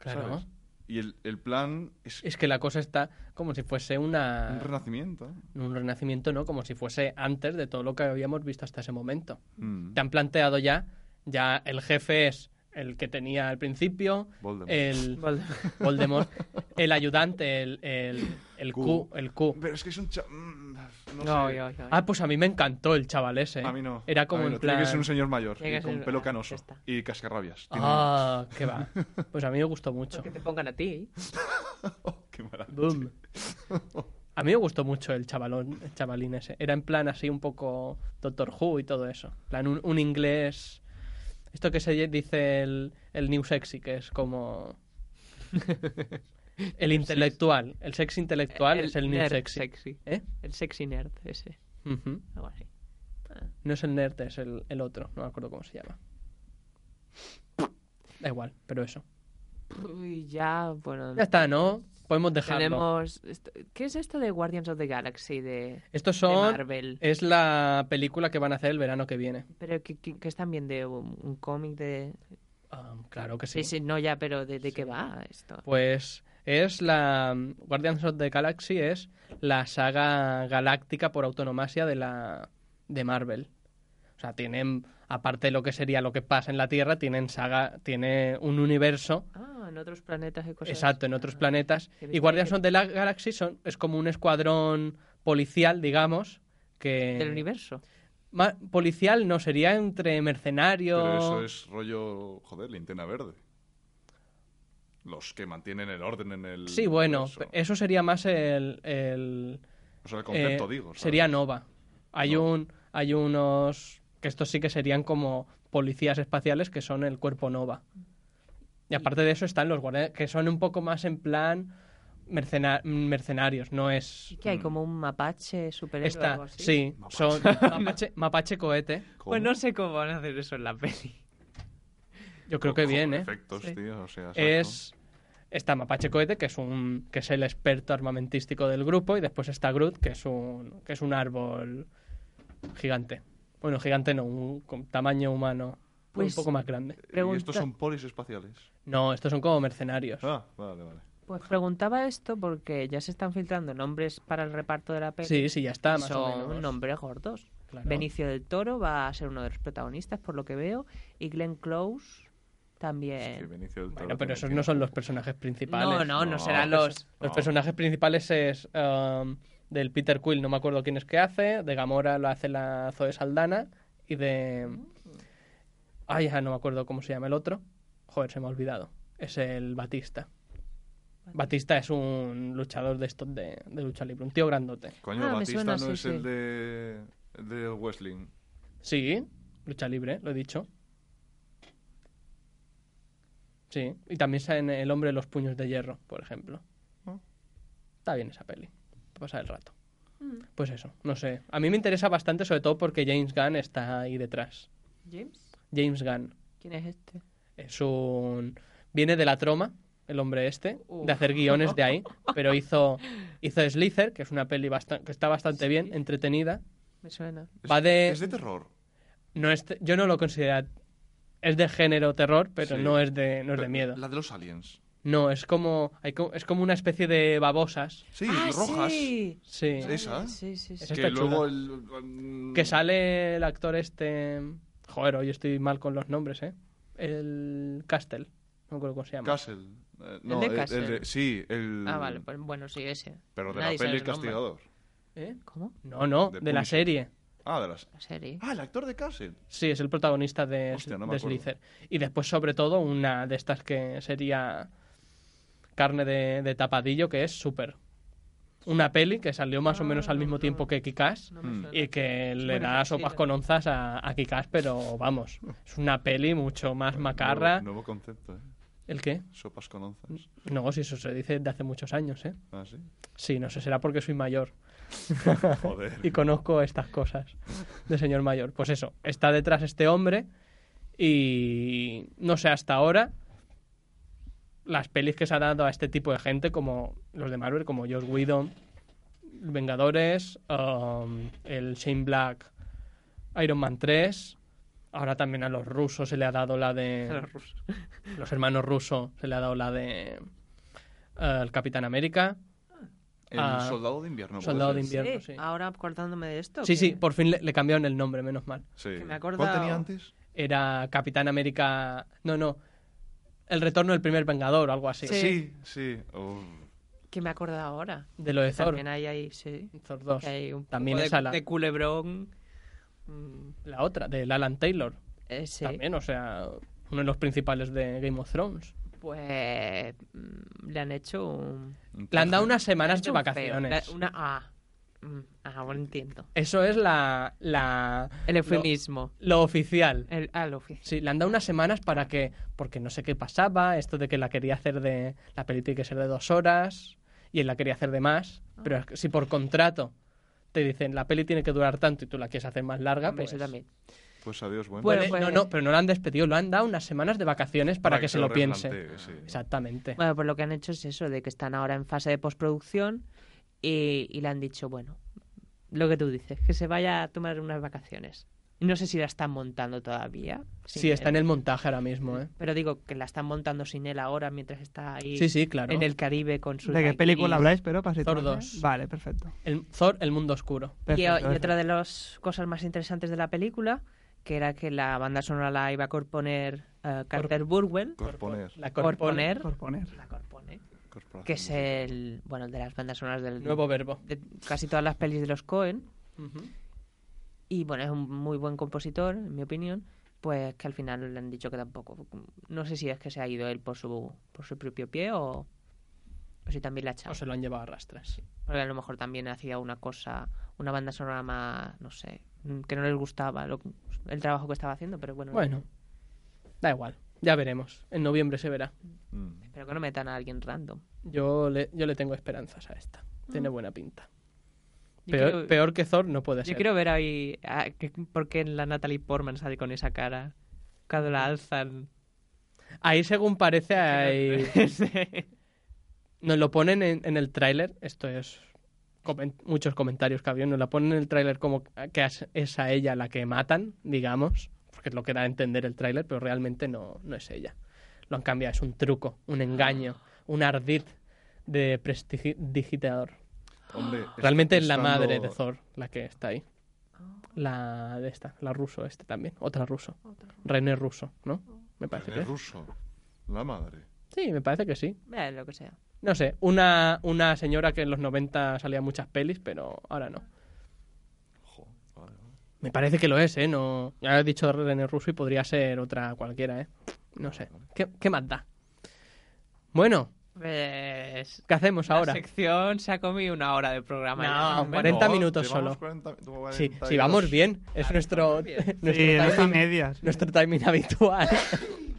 Claro. ¿sabes? Y el, el plan es Es que la cosa está como si fuese una un renacimiento. un renacimiento, ¿no? Como si fuese antes de todo lo que habíamos visto hasta ese momento. Mm. Te han planteado ya, ya el jefe es el que tenía al principio, Voldemort. el Vale. Voldemort, el ayudante, el, el, el Q, Q. el Q. Pero es que es un cha- mm, No, No, sé. yo, yo, yo. Ah, pues a mí me encantó el chaval ese. A mí no. eh. Era a como mí en no, tiene plan... que ser un señor mayor, Tiene que y con ser- pelo ah, canoso ya está. y cascarrabias. Tiene- Ah, qué va. Pues a mí me gustó mucho. Que te pongan a ti. ¿eh? Oh, qué maravilla. Boom. A mí me gustó mucho el chavalón, el chavalín ese. Era en plan así un poco Doctor Who y todo eso. En plan un, un inglés. Esto que se dice el, el new sexy, que es como. El intelectual. El sexy intelectual es el new nerd sexy. ¿Eh? El sexy nerd ese. Ah, Ujú. Algo así. No es el nerd, es el, el otro. No me acuerdo cómo se llama. Da igual, pero eso. Uy, ya, bueno. Ya está, ¿no? Podemos dejarlo. Tenemos. esto- ¿Qué es esto de Guardians of the Galaxy? De, Estos de son. Marvel. Es la película que van a hacer el verano que viene. Pero que, que, que es también de un, un cómic de... Ah, claro que sí. Sí. sí, no ya, pero ¿de, de qué va esto? Pues es la. mm, Guardians of the Galaxy es la saga galáctica por autonomasia de la. de Marvel. O sea, tienen. Aparte de lo que sería lo que pasa en la Tierra, tienen saga. tiene un universo. Ah, en otros planetas y cosas. Exacto, en otros Ah. planetas. Que Y viste Guardians que- of the La- Galaxy son, es como un escuadrón policial, digamos. Que... Del universo. Ma- policial no, sería entre mercenarios. Pero eso es rollo, joder, linterna verde. Los que mantienen el orden en el. Sí, bueno, eh, universo. pe- eso sería más el- el O sea, el concepto, Eh, digo. ¿sabes? Sería Nova. Hay Nova. un hay unos que estos sí que serían como policías espaciales que son el cuerpo Nova. Y aparte de eso están los guardias que son un poco más en plan mercena- mercenarios, no es ¿Y que hay como un mapache superhéroe o algo esta, así? Mm. sí, Mapache. son mapache, mapache cohete. ¿Cómo? Pues no sé cómo van a hacer eso en la peli. Yo creo que Ojo, bien, eh. Efectos, Sí. tío. O sea, Es está Mapache Cohete, que es un que es el experto armamentístico del grupo, y después está Groot, que es un que es un árbol gigante. Bueno, gigante no, un, con tamaño humano, Pues- un poco más grande. exacto. Y pregunta- estos son polis espaciales. No, estos son como mercenarios. Ah, vale, vale. Pues preguntaba esto porque ya se están filtrando nombres para el reparto de la peli. Sí, sí, ya está, más o Son menos. nombres gordos. Claro. Benicio del Toro va a ser uno de los protagonistas, por lo que veo. Y Glenn Close Sí, también. Benicio del Toro Bueno, pero también esos tiene- no son los personajes principales. No, no, no No. serán los... Los No. personajes principales es um, del Peter Quill, no me acuerdo quién es que hace, de Gamora lo hace la Zoe Saldana y de ay, ah, no me acuerdo cómo se llama el otro. Joder, se me ha olvidado. Es el Batista. Batista es un luchador de estos de, de lucha libre, un tío grandote. Coño, Ah, me Batista suena, no sí, es sí. el de. El de Wrestling. Sí, lucha libre, lo he dicho. Sí, y también sale en El hombre de los puños de hierro, por ejemplo. Ah. Está bien esa peli, para pasar el rato. Pues eso, no sé. A mí me interesa bastante, sobre todo porque James Gunn está ahí detrás. James. James Gunn ¿Quién es este? es un... Viene de la troma, el hombre este, Uf. de hacer guiones de ahí, pero hizo, hizo Slither, que es una peli bastan- que está bastante bien, entretenida. Me suena. Es- Va de- Es de terror. No es, te- yo no lo considero... Es de género terror, pero Sí. no es de, no es de Pero- miedo. La de los aliens. No, es como, hay co- es como una especie de babosas. Sí, rojas. Ah, sí! Sí. Sí. ¿Esa? Sí, sí, sí. Esa Que está luego chula. el. Que sale el actor este... Joder, hoy estoy mal con los nombres, ¿eh? El Castle. No me acuerdo cómo se llama. Castle. Eh, no, de el- el Castle. de- sí, el. Ah, vale, pues, bueno, sí, ese. Mm. Pero de Nadie la sabe peli El su nombre. Castigador. ¿Eh? ¿Cómo? No, no, The de la Punisher. serie. Ah, de las. La serie. Ah, el actor de Castle. Sí, es el protagonista de, Hostia, no me de acuerdo. Slither. Y después, sobre todo, una de estas que sería carne de, de tapadillo, que es Super. Una peli que salió más o menos al mismo tiempo que Kikás Ah, No Mm. me suena. y que le Bueno, da sí, sopas la- con onzas a, a Kikás, pero vamos, es una peli mucho más macarra. Nuevo, Mm. nuevo concepto, ¿eh? ¿El qué? Sopas con onzas. No, si eso se dice de hace muchos años, ¿eh? Ah, sí. Sí, no sé, será porque soy mayor. Joder. y conozco estas cosas de señor mayor. Pues eso, está detrás este hombre y no sé, hasta ahora las pelis que se han dado a este tipo de gente, como los de Marvel, como Josh Whedon, Vengadores, um, el Shane Black, Iron Man 3. Ahora también a los rusos se le ha dado la de. A los rusos. los hermanos rusos se le ha dado la de. eh, el Capitán América. El Ah, soldado de invierno. puede Soldado ser. de invierno, sí. Sí, Ahora acordándome de esto. Sí, que- sí, por fin le, le cambiaron el nombre, menos mal. Sí. que me he ¿Cuál acordado. tenía antes? Era Capitán América. No, no. El retorno del primer Vengador o algo así. Sí. Sí, sí. Oh, Uf. Que me he acordado ahora. De lo de Thor. También hay ahí, sí. Thor 2. que hay un poco También de, esa la, de culebrón. Mm, la otra, del Alan Taylor. eh, sí. También, o sea, uno de los principales de Game of Thrones. Pues mm, le han hecho un... Le han dado unas le han semanas hecho de un feo. vacaciones. Le- Una A. Mm, Ah, bueno, entiendo. Eso es la, la El lo- eufemismo. lo oficial. El, ah, lo ofici- Sí, le han dado unas semanas para que, porque no sé qué pasaba, esto de que la quería hacer de, la peli tiene que ser de dos horas y él la quería hacer de más, Ah. pero es que si por contrato te dicen la peli tiene que durar tanto y tú la quieres hacer más larga, Hombre, pues... Eso también. Pues adiós, bueno. Bueno, Vale, pues- No, no, pero no lo han despedido, lo han dado unas semanas de vacaciones pues, para, que, se lo piense. replantee, sí. Exactamente. Bueno, pues lo que han hecho es eso, de que están ahora en fase de postproducción y, y le han dicho, bueno, lo que tú dices, que se vaya a tomar unas vacaciones. No sé si la están montando todavía. sin sí, está en él, el montaje ahora mismo, ¿eh? Pero digo que la están montando sin él ahora mientras está ahí Sí, sí, claro. en el Caribe con su... ¿De qué película habláis, pero para Thor situarme? 2. Vale, perfecto. El Thor, el mundo oscuro. Y, perfecto, y perfecto. otra de las cosas más interesantes de la película, que era que la banda sonora la iba a componer eh, Carter Burwell. Corponer. La corpone- Corponer. Por poner. La corpone. Corporación. Que es el, bueno, el de las bandas sonoras del... Nuevo verbo. de casi todas las pelis de los Cohen. Ujú. Y bueno, es un muy buen compositor, en mi opinión. Pues que al final le han dicho que tampoco. No sé si es que se ha ido él por su, por su propio pie o, o si también la ha echado. O se lo han llevado a rastras. Porque a lo mejor también hacía una cosa, una banda sonora más, no sé, mm, que no les gustaba lo- el trabajo que estaba haciendo, pero bueno, Bueno, da igual. Ya veremos. En noviembre se verá. Mm. espero que no metan a alguien random. Yo le, yo le tengo esperanzas a esta. Tiene buena pinta. Ah. Yo Peor, quiero- peor que Thor no puede Yo ser. quiero ver ahí a- que- por qué la Natalie Portman sale con esa cara cuando la alzan. Ahí, según parece, hay- Sí. nos lo ponen en, en el tráiler. Esto es comen- muchos comentarios que había. Nos la ponen en el tráiler como que es, es a ella la que matan, digamos. Porque es lo que da a entender el tráiler, pero realmente no, no es ella. Lo han cambiado. Es un truco, un engaño, Ah. un ardid de prestidigitador. Hombre, Realmente es la estando- madre de Thor la que está ahí. La de esta, la ruso este también, otra ruso. Oh. René ruso, ¿no? Me parece René que ruso. La madre. Sí, me parece que sí. Eh, lo que sea. No sé, una, una señora que en los 90 salía en muchas pelis, pero ahora no. Jo, vale, vale. Me parece que lo es, ¿eh? No, ya he dicho René ruso y podría ser otra cualquiera, ¿eh? No sé. ¿Qué, qué más da? Bueno, Pues ¿qué hacemos ahora? La sección se ha comido una hora de programa. No, ya. 40 No, minutos llevamos solo. 40 llevamos Sí, 42. sí, vamos bien. Es nuestro, nuestro Sí, es a timing- medias. nuestro timing habitual.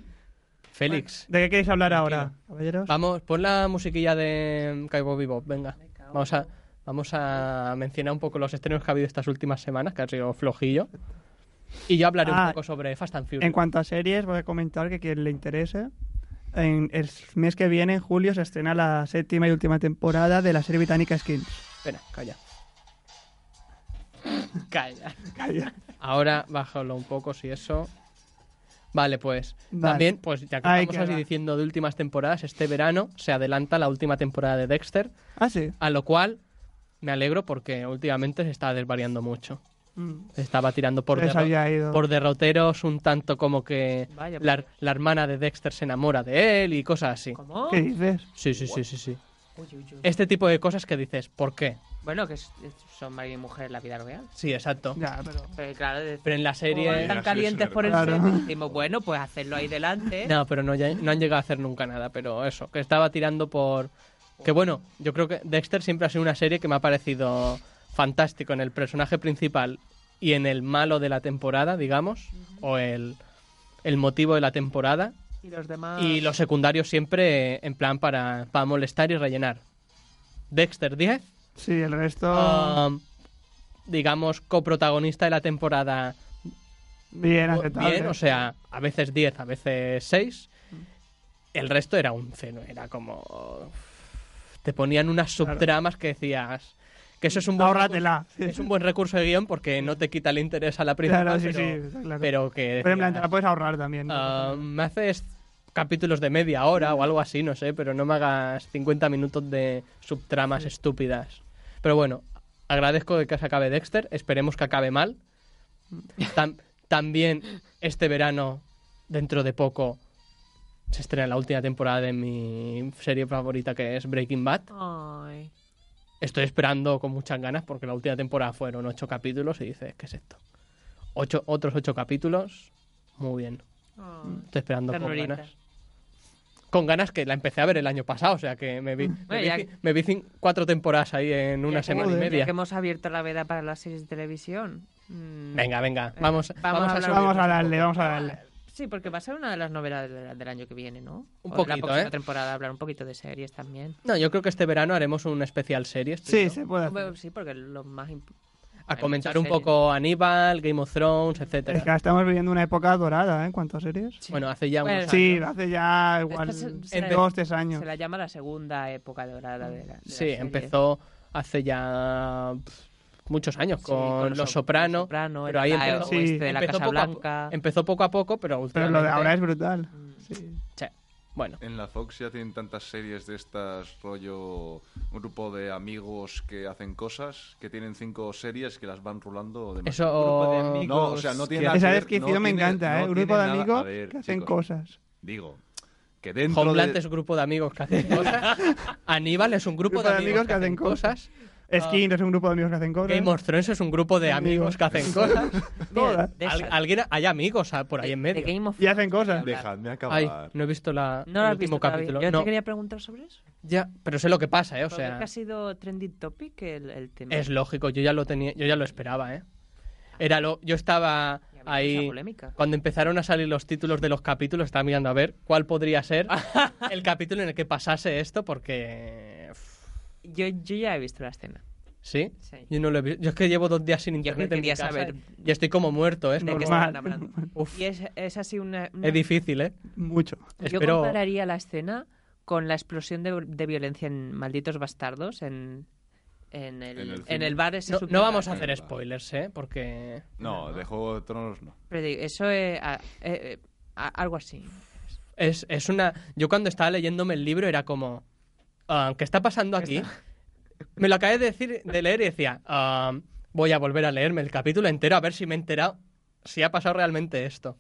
Félix. ¿De qué queréis hablar ahora, caballeros? Vamos, pon la musiquilla de Caibo Bebop, venga. Vamos a, vamos a mencionar un poco los estrenos que ha habido estas últimas semanas, que ha sido flojillo. Y yo hablaré un Ah, poco sobre Fast and Furious. En cuanto a series, voy a comentar que quien le interese, en el mes que viene, en julio, se estrena la séptima y última temporada de la serie británica Skins. Espera, calla. calla. Ahora bájalo un poco, si eso... Vale, pues Vale. también, pues ya que Ahí estamos así queda. diciendo de últimas temporadas, este verano se adelanta la última temporada de Dexter, Ah, sí. a lo cual me alegro porque últimamente se está desvariando mucho. Mm. Se estaba tirando por, Les derro- había ido. por derroteros un tanto como que Vaya, pues. la, la hermana de Dexter se enamora de él y cosas así. ¿Cómo? ¿Qué dices? Sí, sí, sí, sí, sí. Uy, uy, uy. Este tipo de cosas que dices, ¿por qué? Bueno, que es- es- son marido y mujer en la vida real. Sí, exacto. Ya, pero... Pero claro, de- Pero en la como van serie... tan Mira, calientes sí, por el claro. set, decimos, bueno, pues hacerlo ahí delante. No, pero no, ya- no han llegado a hacer nunca nada, pero eso, que estaba tirando por... Que bueno, yo creo que Dexter siempre ha sido una serie que me ha parecido fantástico en el personaje principal y en el malo de la temporada, digamos, o el, el motivo de la temporada, Y los demás. Y los secundarios siempre eh, en plan para, para molestar y rellenar. Dexter 10, Sí, el resto... Ah. um, digamos, coprotagonista de la temporada. bien o- aceptable. Bien, o sea, a veces 10, a veces 6. El resto era un ceno, era como. Te ponían unas subtramas que decías. Que eso es un buen, Ahórratela. Sí. es un buen recurso de guión porque no te quita el interés a la primera. Claro, sí, pero, sí, está claro. pero que. Pero en plan, te decías, la puedes ahorrar también. ¿no? "Ah, me haces capítulos de media hora o algo así, no sé, pero no me hagas 50 minutos de subtramas estúpidas. Pero bueno, agradezco que se acabe Dexter, esperemos que acabe mal. Tam- también este verano, dentro de poco, se estrena la última temporada de mi serie favorita que es Breaking Bad. Ay. Estoy esperando con muchas ganas porque la última temporada fueron ocho capítulos y dices, ¿qué es esto? Ocho, otros ocho capítulos, muy bien. ay. Estoy esperando con Ternurita. ganas. Con ganas que la empecé a ver el año pasado, o sea que me vi, me Bueno, vi ya- ci- me vi cin- cuatro temporadas ahí en una Ya que- semana y Joder. Ya media. que hemos abierto la veda para las series de televisión. mm, Venga, venga, vamos, vamos vamos, a a hablar- subir. Vamos a darle, vamos a darle. Sí, porque va a ser una de las novedades de- del año que viene, ¿no? Un O de poquito, la próxima ¿eh? temporada hablar un poquito de series también. No, yo creo que este verano haremos un especial series. tú y Sí, yo. se puede hacer. Bueno, sí, porque lo más imp- A Hay comentar muchas un poco Aníbal, Game of Thrones, etcétera. Es que ahora estamos viviendo una época dorada, ¿eh? En cuanto a series. sí. Bueno, hace ya Bueno, unos Sí, años. hace ya igual Esta se- se la- dos, tres años. se la llama la segunda época dorada de la. de la Sí, serie. empezó hace ya pf, muchos años Sí, con, Los, Sop- Soprano, Soprano, pero el ahí ala empezó, Sí. oeste de la empezó Casa poco a po- Blanca. empezó poco a poco, pero Pero lo de últimamente- ahora es brutal. Mm. Sí. Sí. Bueno, En la Fox ya tienen tantas series de estas, rollo grupo de amigos que hacen cosas, que tienen cinco series que las van rulando. de eso... grupo de amigos No, o sea, no tiene que- nada Esa que ver, descripción no me tiene- encanta, no ¿eh? Un grupo de tiene nada- amigos a ver, que hacen chicos, cosas. Digo, que dentro Homeland de... es grupo de amigos que hacen cosas. Aníbal es un grupo, de amigos, que, hacen cosas. Ah. Skin es un grupo de amigos que hacen cosas. Game of Thrones es un grupo de amigos que hacen cosas. Todas. De Al- esa- alguien, hay amigos ah, por ahí en de medio. Game of Y hacen cosas. Dejadme acabar. Ay, no he visto la, No el lo has último visto todavía. capítulo. Yo No, te quería preguntar sobre eso. ya, pero sé lo que pasa, ¿eh? O Porque sea, que ha sido trending topic el, el tema. es lógico. Yo ya lo tenía, yo ya lo esperaba, ¿eh? Era lo, yo estaba Y había mucha ahí polémica. cuando empezaron a salir los títulos de los capítulos. Estaba mirando a ver cuál podría ser el capítulo en el que pasase esto, porque uf, Yo, yo ya he visto la escena. sí, Sí. Yo no lo he visto. Yo es que llevo dos días sin Yo internet en mi quería casa saber y estoy como muerto, ¿eh? Es, de normal. qué normal. estaban hablando. Uf, Y es, es así una... una- es difícil, ¿eh? Mucho. Yo Espero- compararía la escena con la explosión de, de violencia en Malditos Bastardos en, en, el, En el en cine. el bar ese No, no subterráneo. vamos a hacer va. spoilers, ¿eh? Porque... No, de Juego de Tronos no. Pero digo, eso es a- eh, eh, a- algo así. Es, es una... Yo cuando estaba leyéndome el libro era como... ah, ¿Qué está pasando aquí? Me lo acabé de, decir, de leer y decía... ah, voy a volver a leerme el capítulo entero a ver si me he enterado si ha pasado realmente esto.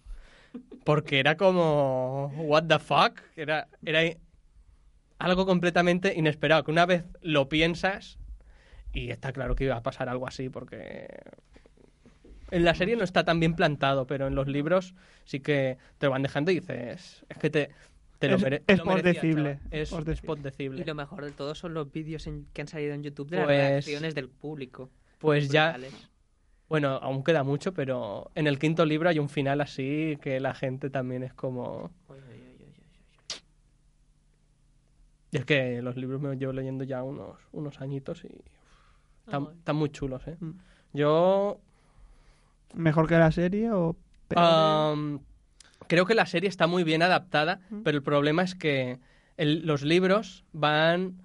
Porque era como... What the fuck? Era, era algo completamente inesperado. Que una vez lo piensas... Y está claro que iba a pasar algo así porque... En la serie no está tan bien plantado, pero en los libros sí que te lo van dejando y dices, es que te, te lo Es- mere- es te lo por merecías, decible, chaval. Es, por es decible. por decible. Y lo mejor de todo son los vídeos en- que han salido en YouTube de Pues- las reacciones del público. Pues ya, Brutales. bueno, aún queda mucho, pero en el quinto libro hay un final así que la gente también es como... Y es que los libros me los llevo leyendo ya unos, unos añitos y uf, están, Ay. están muy chulos, ¿eh? Mm. Yo ¿Mejor que la serie o peor? Ah. Um, creo que la serie está muy bien adaptada, pero el problema es que el- los libros van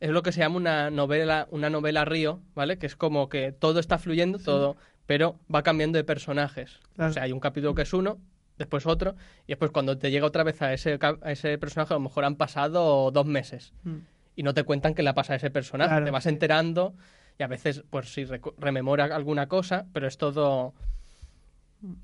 es lo que se llama una novela una novela río, ¿vale? Que es como que todo está fluyendo, todo, pero va cambiando de personajes. Claro. O sea, hay un capítulo que es uno, después otro, y después cuando te llega otra vez a ese cap- a ese personaje a lo mejor han pasado dos meses Mm. y no te cuentan qué le pasa a ese personaje. Claro. Te vas enterando y a veces, pues sí, reco- rememora alguna cosa, pero es todo.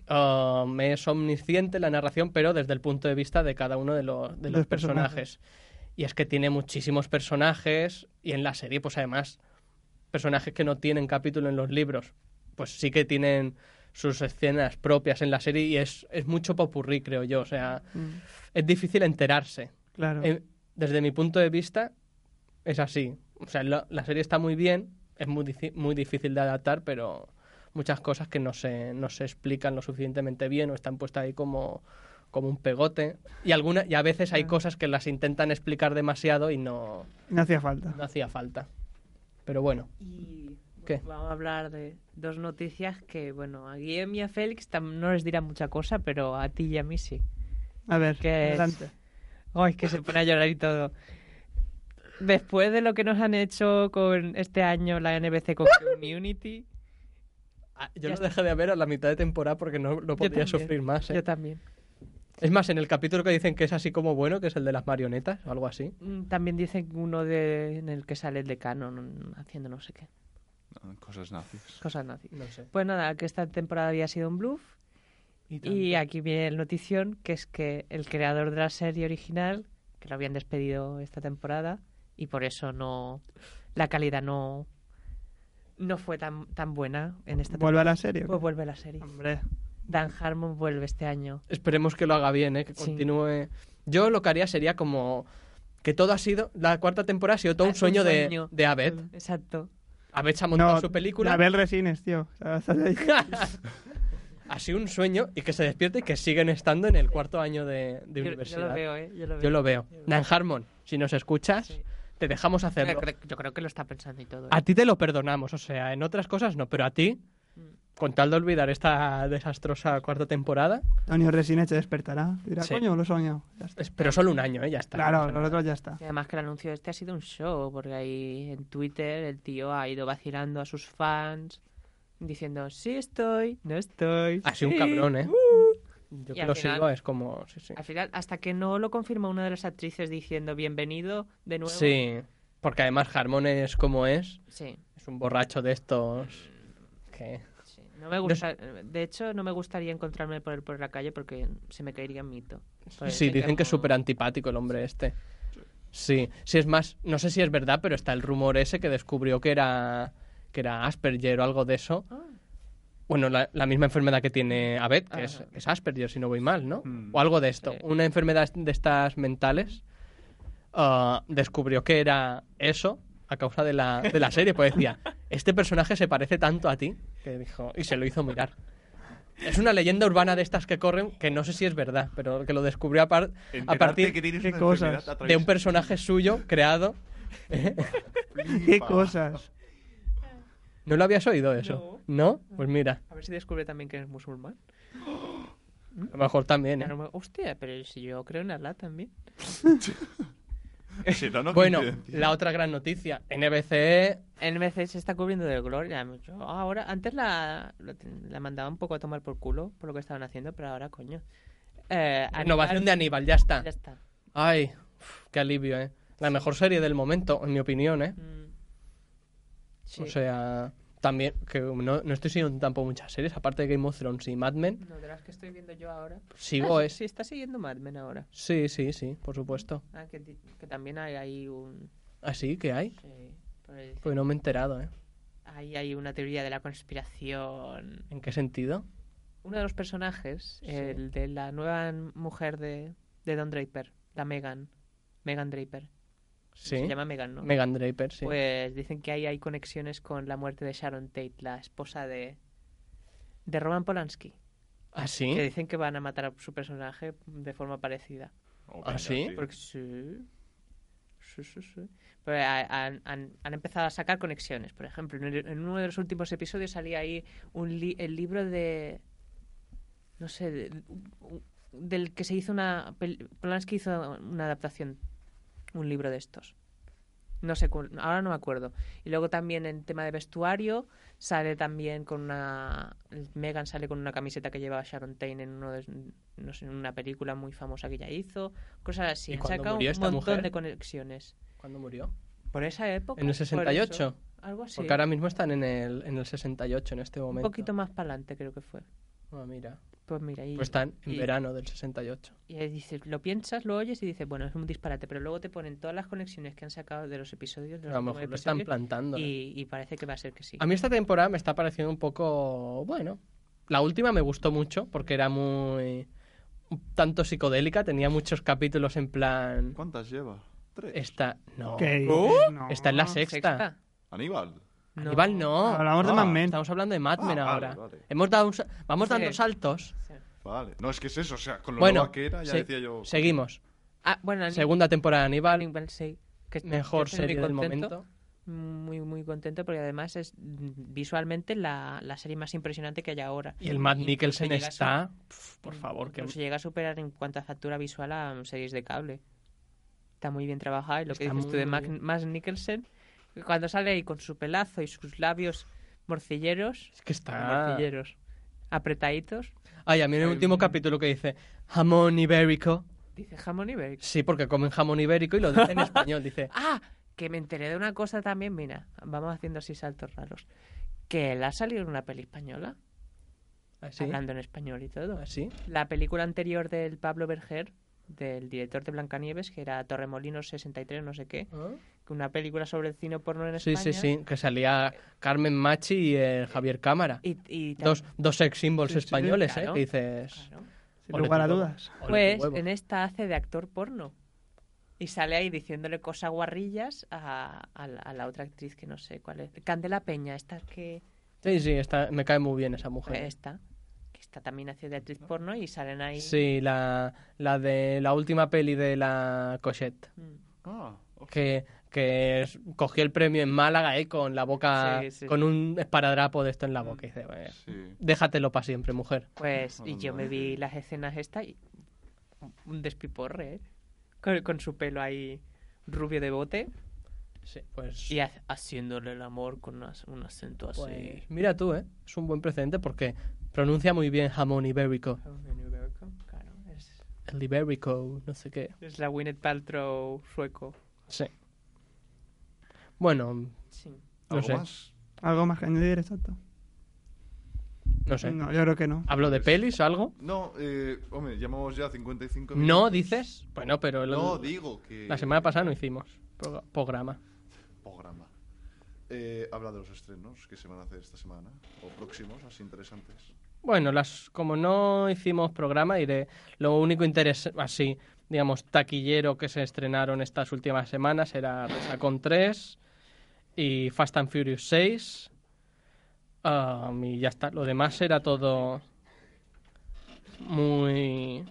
um, es omnisciente la narración, pero desde el punto de vista de cada uno de, los- de los Los personajes. personajes. Y es que tiene muchísimos personajes y en la serie, pues además, personajes que no tienen capítulo en los libros, pues sí que tienen sus escenas propias en la serie y es, es mucho popurrí, creo yo. O sea, Mm, es difícil enterarse. Claro. Eh, desde mi punto de vista, es así. O sea, la, la serie está muy bien, es muy, dici- muy difícil de adaptar, pero muchas cosas que no se, no se explican lo suficientemente bien o están puestas ahí como, como un pegote. Y, alguna, y a veces Ah. hay cosas que las intentan explicar demasiado y no, No hacía falta. no hacía falta. Pero bueno, Y ¿Qué? bueno, vamos a hablar de dos noticias que, bueno, a Guillem y a Félix tam- no les dirán mucha cosa, pero a ti y a mí sí. A ver, ¿Qué es? adelante. Ay, que se pone a llorar y todo. después de lo que nos han hecho con este año la NBC con Community, Ah, Yo Ya lo está. dejé de ver a la mitad de temporada porque no lo podía también. sufrir más. ¿eh? yo también. Es más, en el capítulo que dicen que es así como bueno, que es el de las marionetas o algo así. Mm, También dicen uno de, en el que sale el decano mm, haciendo no sé qué, Cosas nazis. cosas nazis. No sé. Pues nada, que esta temporada había sido un bluff. Y aquí viene el notición, que es que el creador de la serie original, que lo habían despedido esta temporada, y por eso no la calidad no, no fue tan, tan buena en esta Vuelve temporada. a la serie. ¿o qué? Pues vuelve la serie. Hombre, Dan Harmon vuelve este año. Esperemos que lo haga bien, ¿eh? que Sí. continúe. Yo lo que haría sería como que todo ha sido, la cuarta temporada ha sido todo Ah, un sueño, sueño. de, de Abed. Exacto. Abed se ha montado no, su película, Abel Resines, tío. O sea, estás ahí. ha sido un sueño y que se despierte y que siguen estando en el cuarto año de, de Yo, yo universidad. lo veo, ¿eh? Yo lo veo. Yo lo veo. Dan Harmon, si nos escuchas, Sí. te dejamos hacerlo. Yo creo- yo creo que lo está pensando y todo. ¿eh? A ti te lo perdonamos, o sea, en otras cosas no, pero a ti, Mm. con tal de olvidar esta desastrosa cuarta temporada, Antonio Resines se despertará. Dirá, Sí. coño, lo he soñado. Ya está. es- pero solo un año, ¿eh? ya está. No Claro, pasa lo nada. otro ya está. Y además que el anuncio este ha sido un show, porque ahí en Twitter el tío ha ido vacilando a sus fans diciendo, sí estoy, no estoy. Ha sido sí". Uh. un cabrón, ¿eh? Yo Y que al lo final- sigo, es como... Sí, sí. Al final, hasta que no lo confirma una de las actrices diciendo bienvenido de nuevo. Sí, porque además Harmon es como es, Sí, es un borracho de estos... que- sí. No me gusta, de hecho, no me gustaría encontrarme por, el- por la calle porque se me caería en mito. Pues Sí, me dicen que es quemo- súper antipático el hombre este. Sí, sí, es más, no sé si es verdad, pero está el rumor ese que descubrió que era, que era Asperger o algo de eso. Ah. Bueno, la, la misma enfermedad que tiene Abed, que es, Ajá. que es Asperger, si no voy mal, ¿no? Mm. O algo de esto. Ah. Hmm. Sí. Una enfermedad de estas mentales ah, descubrió que era eso a causa de la, de la serie. Pues decía, este personaje se parece tanto a ti, que dijo, y se lo hizo mirar. Es una leyenda urbana de estas que corren, que no sé si es verdad, pero que lo descubrió a, par- a Enterarte que partir tienes ¿Qué una cosas? enfermedad atraviesa- de un personaje suyo creado. ¿Qué Flipa. cosas? ¿No lo habías oído eso? ¿No? Pues mira, A ver si descubre también que eres musulmán. a lo mejor también. ¿eh? Ya no me- Hostia, pero si yo creo en Allah también. Será una Bueno, coincidencia. la otra gran noticia, NBC El MC se está cubriendo de gloria. Yo ahora, antes la, la ten- la mandaba un poco a tomar por culo por lo que estaban haciendo, pero ahora, coño. Eh, Innovación de Aníbal, ya está. Ya está. Ay, uf, qué alivio, ¿eh? La mejor serie del momento, en mi opinión, ¿eh? Mm. Sí. O sea, también, que no, no estoy siguiendo tampoco muchas series, aparte de Game of Thrones y Mad Men, No, de las que estoy viendo yo ahora. sigo Ah, sí, es... sí, está siguiendo Mad Men ahora. Sí, sí, sí, por supuesto. Ah, que, di- que también hay ahí un... ¿Así que hay? sí, por ahí dice- Pues no me he enterado, ¿eh? ahí hay una teoría de la conspiración. ¿En qué sentido? Uno de los personajes, el de la nueva mujer de, de Don Draper, la Megan. Megan Draper. Sí. Se llama Megan, ¿no? Megan Draper, sí. Pues dicen que ahí hay conexiones con la muerte de Sharon Tate, la esposa de, de Roman Polanski. ¿Ah, Que sí? dicen que van a matar a su personaje de forma parecida. Oh, ¿Ah, venga, sí? Porque sí. Sí, sí, sí. Pero ha- han, han- han empezado a sacar conexiones. Por ejemplo, en, el- en uno de los últimos episodios salía ahí un li- el libro de. No sé. de- u- del que se hizo una. pel- Polanski hizo una adaptación. Un libro de estos. No sé, cu- ahora no me acuerdo. Y luego también en tema de vestuario sale también con una... Megan sale con una camiseta que llevaba Sharon Tate en uno de- no sé, en una película muy famosa que ella hizo. Cosas así. ¿Y Han cuándo sacado murió un esta montón mujer? de conexiones. ¿Cuándo murió? Por esa época. ¿En el por eso, 68? Algo así. Porque ahora mismo están en el, en el 68 en este Un momento. poquito más para adelante creo que fue. Ah, mira. Pues mira, y, Pues están en y- verano del 68. y ahí dices, lo piensas, lo oyes y dices, bueno, es un disparate, pero luego te ponen todas las conexiones que han sacado de los episodios. de A los lo últimos mejor lo están episodios, plantando. ¿eh? y, y parece que va a ser que sí. A mí esta temporada me está pareciendo un poco. Bueno. La última me gustó mucho porque era muy. un tanto psicodélica, tenía muchos capítulos en plan. ¿Cuántas lleva? Tres. Esta. No. ¿Qué dices? No. Está en la sexta. Sexta. Aníbal. No. Aníbal, no. Hablamos de Ah. Mad Men. Estamos hablando de Mad Ah, Men vale, ahora. vale. Hemos dado un sa- Vamos Sí. dando saltos. Vale. No, es que es eso. O sea, con lo bueno, nueva que era, ya se- decía yo. seguimos. Ah, bueno, Aníbal- Segunda temporada de Aníbal. Aníbal sí, que Mejor estoy muy serie del contento, momento. Muy, muy contento porque además es mm, visualmente la, la serie más impresionante que hay ahora. Y el Matt Incluso Mikkelsen llega a su- está. pf, por favor, que. Incluso llega a superar en cuanto a factura visual a mm, series de cable. Está muy bien trabajada. Y lo que Está dices tú de muy Mac- bien. Max Nicholson, que cuando sale ahí con su pelazo y sus labios morcilleros, Es que está. morcilleros, apretaditos, Ay, Ah, a mí en el último capítulo que dice jamón ibérico. dice jamón ibérico. Sí, porque comen jamón ibérico y lo dice en español. Dice, Ah, que me enteré de una cosa también, mira, vamos haciendo así saltos raros. Que él ha salido en una peli española, así. hablando en español y todo. Así. La película anterior del Pablo Berger, del director de Blancanieves, que era Torremolinos 63, no sé qué, que una película sobre el cine porno en Sí, sí, España. sí. Que salía Carmen Machi y eh, Javier Cámara. Y, y tam- Dos, dos sex symbols Sí, sí, españoles, claro. ¿eh? Que dices. claro. Sin ole lugar tu a huevo, dudas. ole tu Pues huevo. en esta hace de actor porno. Y sale ahí diciéndole cosas guarrillas a, a la, a la otra actriz que no sé cuál es. Candela Peña, esta que... Sí, sí, está, me cae muy bien esa mujer. Esta. Pues Que esta también hace de actriz porno y salen ahí... Sí, la, la de la última peli de la Cochette. Mm. Ah, ok. Que, que es- cogió el premio en Málaga, ¿eh? Con la boca. Sí, sí. Mm. Con un esparadrapo de esto en la boca. Y dice, "Bueno, Sí. déjatelo para siempre, mujer. Pues, y Anda. yo me vi las escenas estas y un despiporre, ¿eh? Con, con su pelo ahí rubio de bote Sí, pues. y ha- haciéndole el amor con unas- un acento así. pues Mira tú, ¿eh? Es un buen precedente porque pronuncia muy bien jamón ibérico. Claro, es, El ibérico, no sé qué. es la Winnet Paltrow sueco. Sí. Bueno, Sí. no ¿Algo sé. más? Algo más que añadir, exacto. No sé. No, yo creo que no. ¿Hablo de pelis o algo? No, eh, hombre, llevamos ya 55 minutos. No, dices. Bueno, pero el- No, digo que... la semana pasada no hicimos pro- programa. Programa. Eh, habla de los estrenos que se van a hacer esta semana, o próximos, así interesantes. Bueno, las como no hicimos programa, diré lo único interés así, digamos, taquillero que se estrenaron estas últimas semanas era Resacon 3 y Fast and Furious 6. Um, y ya está, lo demás era todo muy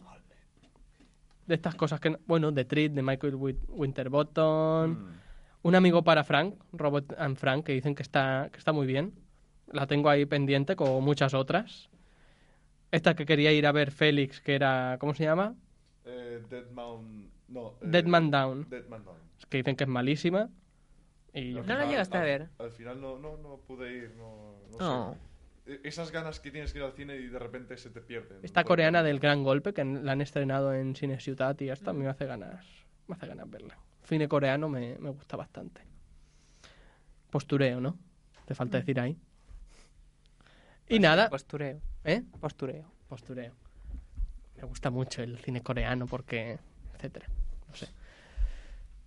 de estas cosas que no- bueno, The Treat de Michael Wit- Winterbottom. Mm. Un amigo para Frank, Robot and Frank, que dicen que está, que está muy bien. La tengo ahí pendiente, como muchas otras. Esta que quería ir a ver Félix, que era. ¿Cómo se llama? Eh, Dead Man... No, eh, Dead Man Down, Dead Man Down. que dicen que es malísima. Y yo- Al No la final- llegaste a al- ver. Al final no, no, no pude ir, no, no sé. Oh. Eh, Esas ganas que tienes que ir al cine y de repente se te pierden. Esta Por- coreana del gran golpe, que la han estrenado en Cine Ciudad y esta me hace ganas. Me hace ganas verla. Cine coreano me, me gusta bastante. Postureo, ¿no? Te falta decir ahí. Y nada. Postureo, ¿Eh? postureo. postureo. Me gusta mucho el cine coreano porque, etcétera, no sé.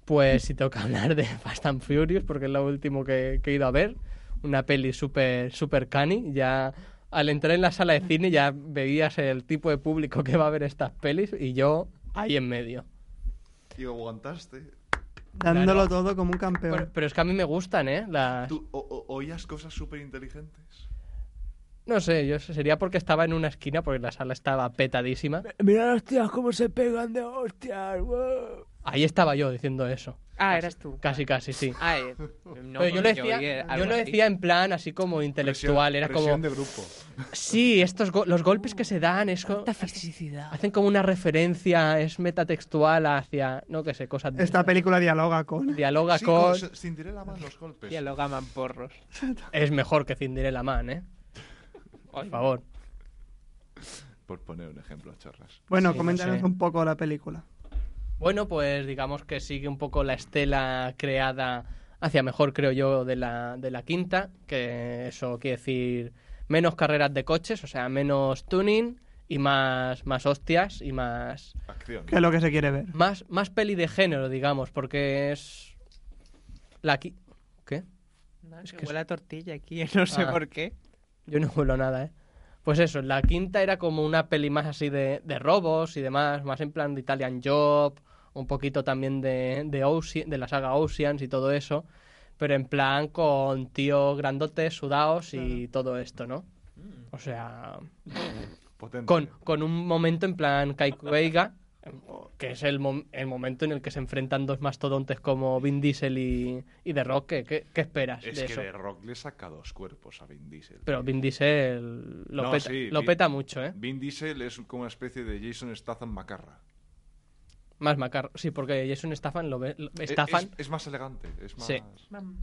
Pues si tengo que hablar de Fast and Furious porque es lo último que, que he ido a ver, una peli súper super cani, ya al entrar en la sala de cine ya veías el tipo de público que va a ver estas pelis y yo ahí en medio. Y aguantaste. Dándolo todo como un campeón. Pero, pero es que a mí me gustan, ¿eh? Las... Tú o- o- oías cosas súper inteligentes. No sé, yo sería porque estaba en una esquina porque la sala estaba petadísima. Mira los tíos cómo se pegan de hostias. wow. Ahí estaba yo diciendo eso. Ah, eras tú. Casi, casi, sí. Ah, eh, no, Pero yo lo porque decía, oí eh, yo algo lo así. decía en plan así como intelectual, Presión- era presión como de grupo. sí, estos go- los golpes que se dan es co- Esta fisicidad. hacen como una referencia, es metatextual hacia no que sé, cosas de Esta esas. película dialoga con. dialoga Sí, con con- Cinderella van los golpes. Dialogaban porros. eh. es mejor que Cinderella Man, ¿eh? Por favor. Por poner un ejemplo, charlas. Bueno, Sí, no coméntanos sé. un poco la película. Bueno, pues digamos que sigue un poco la estela creada hacia mejor, creo yo, de la, de la quinta, que eso quiere decir menos carreras de coches, o sea, menos tuning y más, más hostias y más Acción. Que es lo que se quiere ver. Más, más peli de género, digamos, porque es. La qui- ¿Qué? No, Es que que es- huele a tortilla aquí, no sé Ah. por qué. Yo no vuelo nada, ¿eh? Pues eso, la quinta era como una peli más así de, de robos y demás, más en plan de Italian Job, un poquito también de, de, Oce- de la saga Oceans y todo eso, pero en plan con tíos grandotes, sudados y todo esto, ¿no? O sea, Potente. con, con un momento en plan Kaikueiga, que es el, mom- el momento en el que se enfrentan dos mastodontes como Vin Diesel y, y The Rock. ¿Qué, qué, qué esperas Es de que eso? de Rock le saca dos cuerpos a Vin Diesel. Pero Vin Diesel lo, No, peta, sí, lo Vin- peta mucho, ¿eh? Vin Diesel es como una especie de Jason Statham Macarra. Más macarro. Sí, porque Jason Statham lo ve. lo- Eh, Statham. Es, es más elegante, es más... Sí. Mam,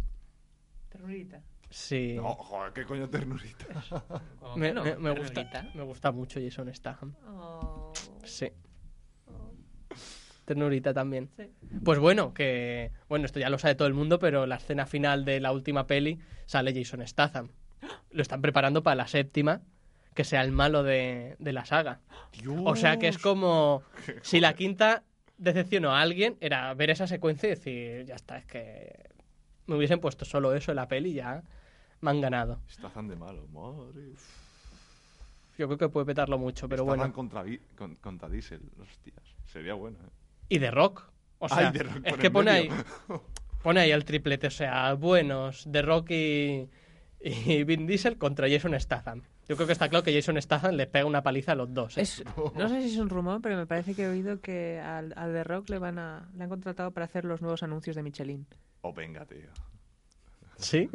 ternurita. Sí. No, joder, qué coño ternurita. me, no? me- me gusta, Ternurita. me gusta mucho Jason Statham. Oh. Sí. Ternurita también. Sí. Pues bueno, que. Bueno, esto ya lo sabe todo el mundo, pero la escena final de la última peli sale Jason Statham. Lo están preparando para la séptima, que sea el malo de, de la saga. O sea que es como. Si la quinta decepcionó a alguien, era ver esa secuencia y decir, ya está, es que. Me hubiesen puesto solo eso en la peli y ya me han ganado. Está tan de malo, madre. Yo creo que puede petarlo mucho, pero Estaban bueno. contra, Vi- con- contra Diesel, hostias. Sería bueno, ¿eh? Y de rock. O sea, Ay, The Rock es por que en pone ahí, medio. pone ahí el triplete, o sea, buenos, de Rock y, y Vin Diesel contra Jason Statham. Yo creo que está claro que Jason Statham les pega una paliza a los dos. ¿eh? Es- no sé si es un rumor, pero me parece que he oído que al, al The Rock le van a, le han contratado para hacer los nuevos anuncios de Michelin. O Oh, venga, tío. ¿Sí?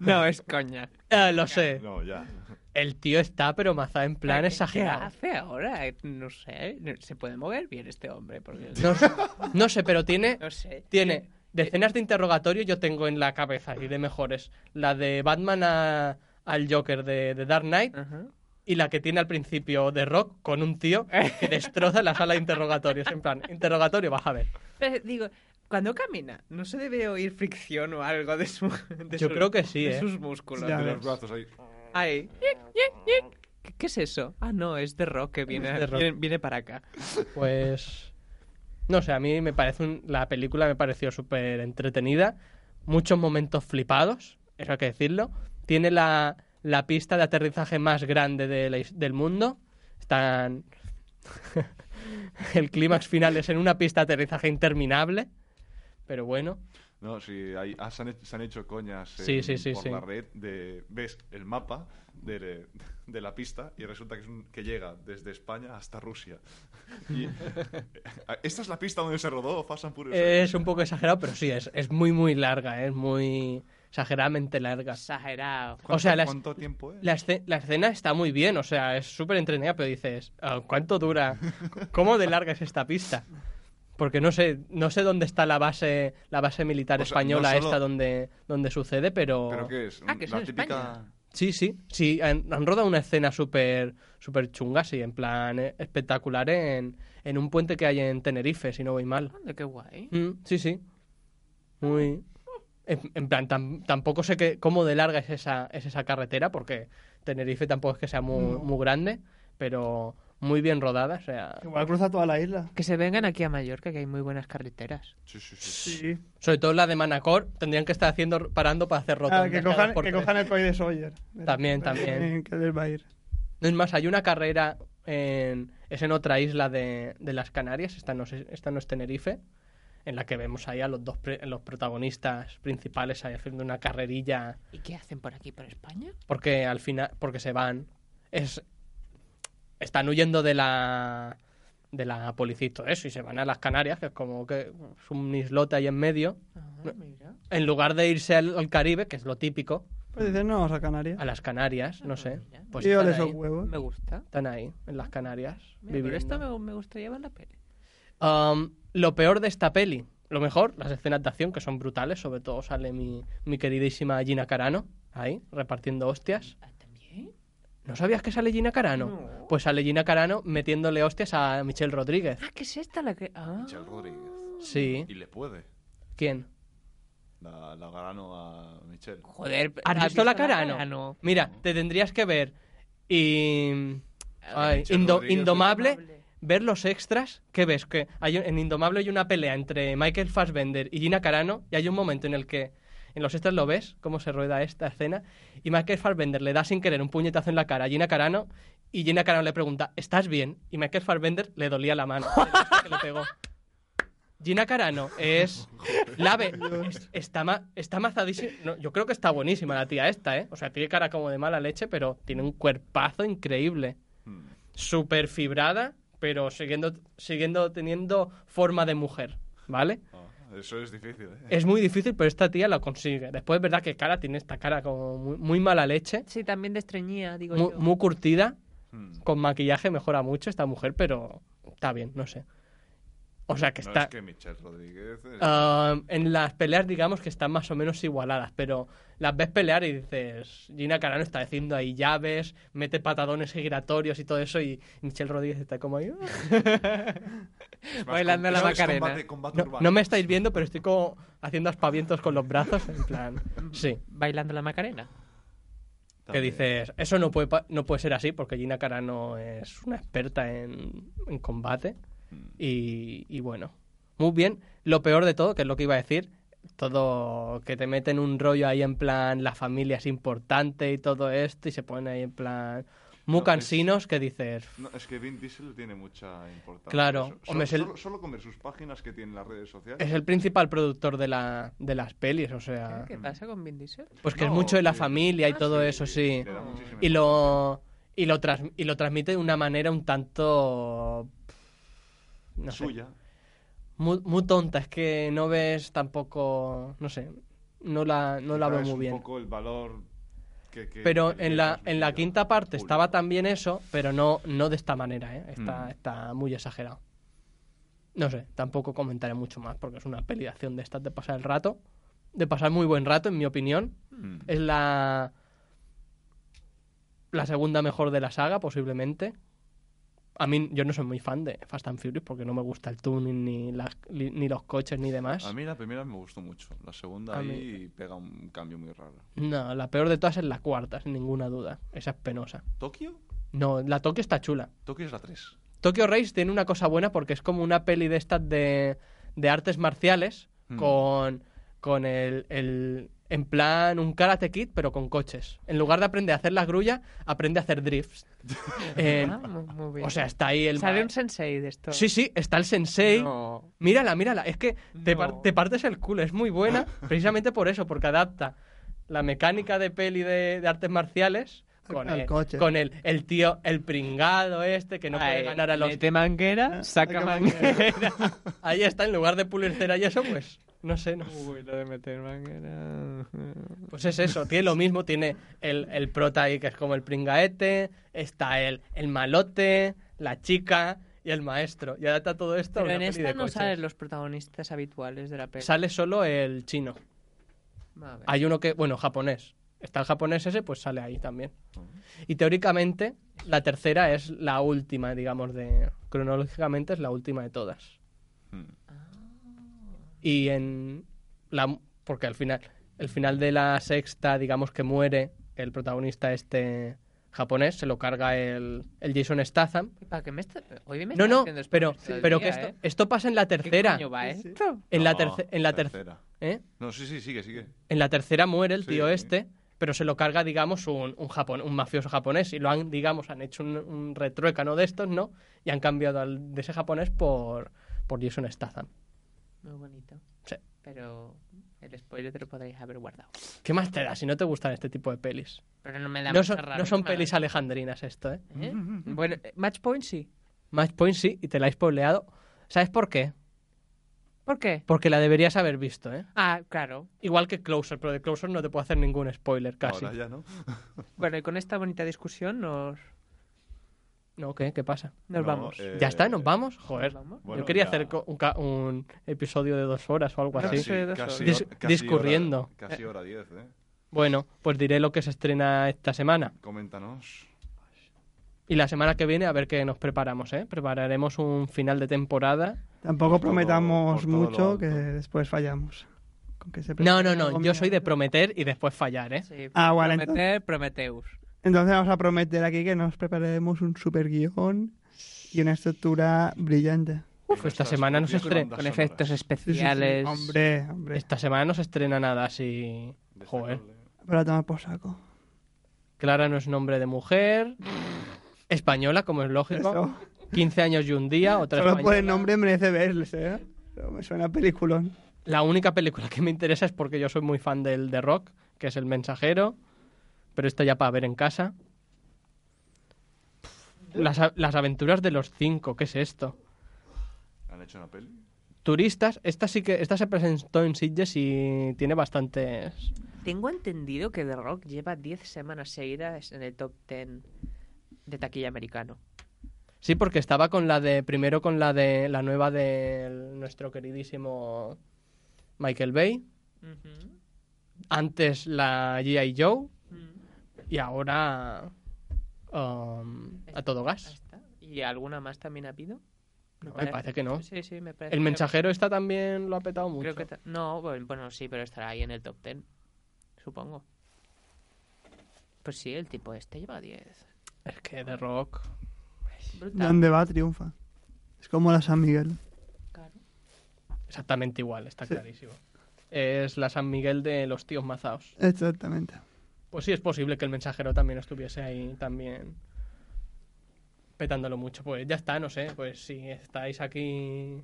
No, es coña. Eh, lo sé. No, ya. El tío está, pero maza en plan exagerado. ¿Qué hace ahora? Eh, No sé. Se puede mover bien este hombre. Porque... No sé, no sé, pero tiene, No sé. tiene decenas de interrogatorios yo tengo en la cabeza y de mejores. La de Batman a- al Joker de, de Dark Knight Ajá. y la que tiene al principio de Rock con un tío que destroza la sala de interrogatorios. En plan, interrogatorio, vas a ver. Pero digo, cuando camina, ¿no se debe oír fricción o algo de, su, de Yo su- creo que sí, de ¿eh? sus músculos? Ya De ves. los brazos ahí. Ahí. Ñic, ñic, ñic. ¿Qué, qué es eso? Ah, no, es de rock que viene, Es The Rock. viene, viene para acá. Pues. No sé, a mí me parece. un- la película me pareció súper entretenida. Muchos momentos flipados, eso hay que decirlo. Tiene la, la pista de aterrizaje más grande de la his- del mundo. Están. El clímax final es en una pista de aterrizaje interminable. Pero bueno, No, sí, hay- ah, se, han hecho, se han hecho coñas Sí, en- sí, sí, por sí. la red de... Ves el mapa de, de la pista y resulta que, es un- que llega desde España hasta Rusia. Y- eh, Esta es la pista donde se rodó Fast and Furious. es un poco exagerado, pero sí, es, es muy, muy larga. ¿eh? Es muy exageradamente larga. Exagerado. O sea, ¿Cuánto- las- ¿Cuánto tiempo es? La, esce- la escena está muy bien, o sea, es súper entretenida, pero dices, "Ah, ¿cuánto dura? ¿Cómo de larga es esta pista? Porque no sé, no sé dónde está la base, la base militar O sea, no española solo- esta donde, donde sucede, pero, ¿Pero qué es? Ah, que es la en típica... España. sí, sí, sí, han, han rodado una escena súper súper chunga, sí, en plan eh, espectacular en, en un puente que hay en Tenerife, si no voy mal. Anda, qué guay. Mm, sí, sí. Muy. En, en plan, tam- tampoco sé que, cómo de larga es esa, es esa carretera, porque Tenerife tampoco es que sea muy, muy grande, pero muy bien rodada. O sea, Igual cruza toda la isla. Que se vengan aquí a Mallorca, que hay muy buenas carreteras. Sí, sí, sí. Sí. sobre todo la de Manacor, tendrían que estar haciendo parando para hacer rotondas. Ah, que, cada cojan, dos por que tres. cojan el coy de Sawyer. Verá. También, también. Eh, Que les va a ir. No es más, hay una carrera en, es en otra isla de, de las Canarias, esta no, es- esta no es Tenerife, en la que vemos ahí a los dos pre- los protagonistas principales ahí haciendo una carrerilla ¿Y qué hacen por aquí, por España? porque al final porque se van es están huyendo de la de la policía y todo eso y se van a las Canarias que es como que es un islote ahí en medio Ah, No. mira. en lugar de irse al, al Caribe que es lo típico Pues dicen, no, vamos a Canarias. a las Canarias no Ah, sé pues Yo están les doy ahí, huevos. Me gusta. están ahí en las Canarias Mira, pero viviendo. esta me, me gustaría ver la peli. Um, lo peor de esta peli lo mejor las escenas de acción que son brutales sobre todo sale mi, mi queridísima Gina Carano ahí repartiendo hostias Ah, ¿También? ¿No sabías que sale Gina Carano? No. Pues sale Gina Carano metiéndole hostias a Michelle Rodríguez. Ah, ¿qué es esta la que...? Ah. Michelle Rodríguez. Sí. Y le puede. ¿Quién? La, la grano a Michelle. Joder, ¿Has visto la Carano? Ah, Mira, te tendrías que ver y... Ay, Michelle Indo- Rodríguez. Indomable, Indomable. ver los extras, ¿qué ves? Que hay, en Indomable hay una pelea entre Michael Fassbender y Gina Carano y hay un momento en el que en los extras lo ves, cómo se rueda esta escena, y Michael Fassbender le da sin querer un puñetazo en la cara a Gina Carano y Gina Carano le pregunta, ¿estás bien? Y Michael Fassbender le dolía la mano. del hostia que le pegó. Gina Carano es... La ve- es- está, ma- está mazadísima. No, yo creo que está buenísima la tía esta, ¿eh? O sea, tiene cara como de mala leche, pero tiene un cuerpazo increíble Hmm. súper fibrada, pero siguiendo, siguiendo teniendo forma de mujer, ¿vale? Ah, eso es difícil, ¿eh? Es muy difícil, pero esta tía lo consigue. Después es verdad que cara tiene esta cara como muy, muy mala leche, Sí, también de estreñía, digo muy, yo. muy curtida, Hmm. con maquillaje mejora mucho esta mujer, pero está bien, no sé. O sea que No está. es que Michelle Rodríguez. eh, Ah, en las peleas, digamos que están más o menos igualadas, pero las ves pelear y dices, Gina Carano está haciendo ahí llaves, mete patadones giratorios y todo eso, y Michelle Rodríguez está como ahí. es más bailando com- la eso es Macarena. Combate, combate No, urbano. no me estáis viendo, pero estoy como haciendo aspavientos con los brazos, en plan, sí. Bailando la Macarena. Que También. dices, eso no puede, pa- no puede ser así, porque Gina Carano es una experta en, en combate. Mm. Y, y bueno, muy bien. Lo peor de todo, que es lo que iba a decir, todo que te meten un rollo ahí en plan, la familia es importante y todo esto, y se ponen ahí en plan, muy No, pues es- cansinos, que dices, No, es que Vin Diesel tiene mucha importancia. Claro, So- hombre, solo, es el- solo- solo con ver sus páginas que tiene en las redes sociales. es el principal productor de, la, de las pelis, o sea, Ah, ¿Qué pasa con Vin Diesel? pues que es No, mucho de la eh, familia y ah, todo sí, eso, sí. le da muchísima y lo y lo, trans- y lo transmite de una manera un tanto no sé, suya. muy, muy tonta es que no ves tampoco no sé no la no la Quizá veo es muy un bien poco el valor que- que- pero que le en la en la transmitía quinta al parte público. estaba también eso pero no no de esta manera ¿eh? está Mm. está muy exagerado no sé tampoco comentaré mucho más porque es una peli de acción de estas de pasar el rato de pasar muy buen rato en mi opinión Mm. es la. La segunda mejor de la saga, posiblemente. A mí, yo no soy muy fan de Fast and Furious porque no me gusta el tuning, ni, las- li- ni los coches, ni demás. A mí la primera me gustó mucho. La segunda A mí- ahí pega un cambio muy raro. No, la peor de todas es la cuarta, sin ninguna duda. Esa es penosa. ¿Tokio? No, la Tokio está chula. Tokio es la 3. Tokyo Race tiene una cosa buena porque es como una peli de estas de, de artes marciales Mm. con, con el, el- En plan, un karate kid, pero con coches. En lugar de aprender a hacer las grullas, aprende a hacer drifts. En- Ah, muy, muy bien. Eh, o sea, está ahí el. ¿Sabe ma- un sensei de esto? Sí, sí, está el sensei. No. Mírala, mírala. Es que te, par- No. te partes el culo. Es muy buena precisamente por eso, porque adapta la mecánica de peli de, de artes marciales con, Al el, coche. con el, el tío, el pringado este que no puede Ay, ganar a los... Mete manguera, saca saca manguera. Ahí está, en lugar de pulir cera y eso, pues... No sé, no. Uy, lo de meter manguera. Pues es eso, tiene lo mismo, tiene el, el prota ahí que es como el pringaete, está el, el malote, la chica y el maestro. Y adapta todo esto a Pero una en peli esta de no coches. salen los protagonistas habituales de la peli. Sale solo el chino. Vale. Hay uno que, bueno, japonés. Está el japonés ese, pues sale ahí también. Y teóricamente, la tercera es la última, digamos, de. Cronológicamente es la última de todas. Hmm. Y en. La, porque al final. El final de la sexta, digamos que muere el protagonista este japonés, se lo carga el, el Jason Statham. ¿Para qué me está... Hoy me No, estás no, haciendo spoilers pero, todo el pero día, que esto, ¿eh? esto pasa en la tercera. ¿Qué coño va ¿eh? Sí, sí. esto? En la, No, terce- en la ter- ¿eh? No, sí, sí, sigue, sigue. En la tercera muere el Sí. tío este, pero se lo carga, digamos, un, un, japon- un mafioso japonés. Y lo han, digamos, han hecho un, un retruécano de estos, ¿no? Y han cambiado al, de ese japonés por, por Jason Statham. Muy bonito. Sí. Pero el spoiler te lo podréis haber guardado. ¿Qué más te da si no te gustan este tipo de pelis? Pero no me da No mucha son, rabia, no son madre. pelis alejandrinas esto, ¿eh? ¿Eh? Bueno, eh, Match Point sí. Match Point sí, y te la he spoileado. ¿Sabes por qué? ¿Por qué? Porque la deberías haber visto, ¿eh? Ah, claro. Igual que Closer, pero de Closer no te puedo hacer ningún spoiler casi. Ahora ya, ¿no? Bueno, y con esta bonita discusión nos, No, ¿qué? ¿Qué pasa? nos No, vamos. eh, ¿Ya está? ¿Nos vamos? Joder. ¿Nos vamos? Bueno, Yo quería ya. hacer co- un, ca- un episodio de dos horas o algo Casi. así. Sí, dos horas. Dis- discurriendo. hora- casi hora 10, ¿eh? Bueno, pues diré lo que se estrena esta semana. Coméntanos. Y la semana que viene a ver qué nos preparamos, ¿eh? Prepararemos un final de temporada. Tampoco Por todo- prometamos por todo lo mucho alto. que después fallamos. Con que se No, prepare no, algo no. Yo soy de mejor. prometer y después fallar, ¿eh? Sí, Ah, bueno, prometer, Prometeus. Entonces vamos a prometer aquí que nos prepararemos un super guión y una estructura brillante. Uf, esta semana no se estrena. Con efectos Sí, sí, sí. especiales. Hombre, hombre. Esta semana no se estrena nada así. Joder. Para tomar por saco. Clara no es nombre de mujer. Española, como es lógico. Eso. 15 años y un día, otra Solo por el española. nombre merece verles, ¿eh? Pero me suena a peliculón. La única película que me interesa es porque yo soy muy fan del de Rock, que es El Mensajero, pero esto ya para ver en casa. Las, a- las aventuras de los cinco, ¿qué es esto? ¿Han hecho una peli? Turistas, esta sí que esta se presentó en Sitges y tiene bastantes. Tengo entendido que The Rock lleva 10 semanas seguidas en el top 10 de taquilla americano. Sí, porque estaba con la de. Primero con la de. La nueva de el- nuestro queridísimo Michael Bay. Ujú, Antes la G.I. Joe. ujú. Y ahora. um, a todo Ahí gas. está. ¿Y alguna más también ha habido? No, me parece que no. Sí, sí, me parece. El que- mensajero está también lo ha petado mucho. Creo que ta- no, bueno, bueno, sí, pero estará ahí en el top 10, supongo. Pues sí, el tipo este lleva 10. Es que The Rock. Brutal. Donde va, triunfa. Es como la San Miguel. claro. Exactamente igual, está clarísimo. Es la San Miguel de los tíos mazaos. Exactamente. Pues sí, es posible que el mensajero también estuviese ahí también petándolo mucho. Pues ya está, no sé. Pues si estáis aquí.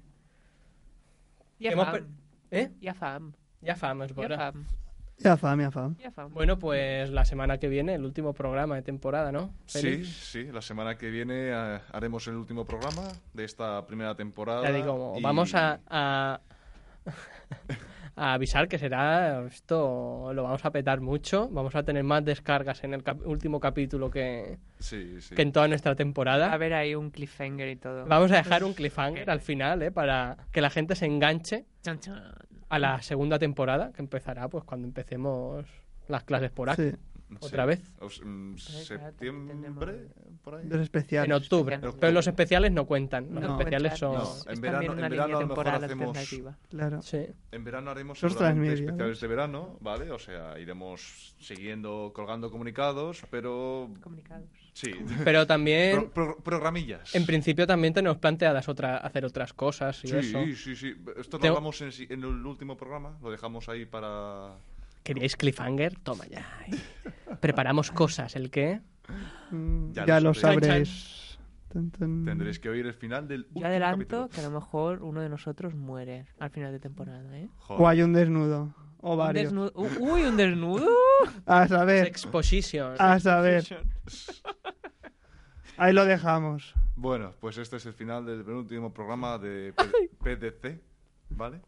Y a Hemos Fam. ¿Eh? Y a Fam. Ya fama, es Y a verdad. Fam. Ya fam, ya fam. Y a Fam. Bueno, pues la semana que viene, el último programa de temporada, ¿no? Sí, Félix? sí, la semana que viene eh, haremos el último programa de esta primera temporada. Ya digo, y- vamos a, a, a avisar que será esto, lo vamos a petar mucho, vamos a tener más descargas en el cap- último capítulo que, Sí, sí. que en toda nuestra Va a temporada. haber ahí un cliffhanger y todo. Vamos a dejar un cliffhanger al final, ¿eh? para que la gente se enganche Chan, chan. a la segunda temporada, que empezará pues cuando empecemos las clases por aquí. Sí, otra vez. Os- mm, Pues ya ¿Septiembre? ¿Por ahí? los En especiales. octubre. especiales. Pero los especiales no cuentan. Los No. especiales son. No, Es en también verano- una en línea verano a lo mejor temporal hacemos- alternativa. Claro. Sí. En verano haremos Los seguramente transmedia, especiales de verano, ¿vale? O sea, iremos siguiendo, colgando comunicados, pero Comunicados. sí, Pero también. Pro- pro- programillas. En principio también tenemos planteadas otra, hacer otras cosas y Sí, eso. sí, sí, Esto lo Tengo- hablamos en, el si- en el último programa, lo dejamos ahí para... ¿Queríais cliffhanger? Toma ya. Preparamos cosas, ¿el qué? Mm, Ya Ya, lo lo sabréis. sabréis. Tun, tun. Tendréis que oír el final del último Yo adelanto capítulo. que a lo mejor uno de nosotros muere al final de temporada, ¿eh? Joder. O hay un desnudo. O Un varios. desnudo- u- ¡Uy, un desnudo! A saber. Exposition. A saber. Ahí lo dejamos. Bueno, pues este es el final del penúltimo programa de P- PDC, ¿vale?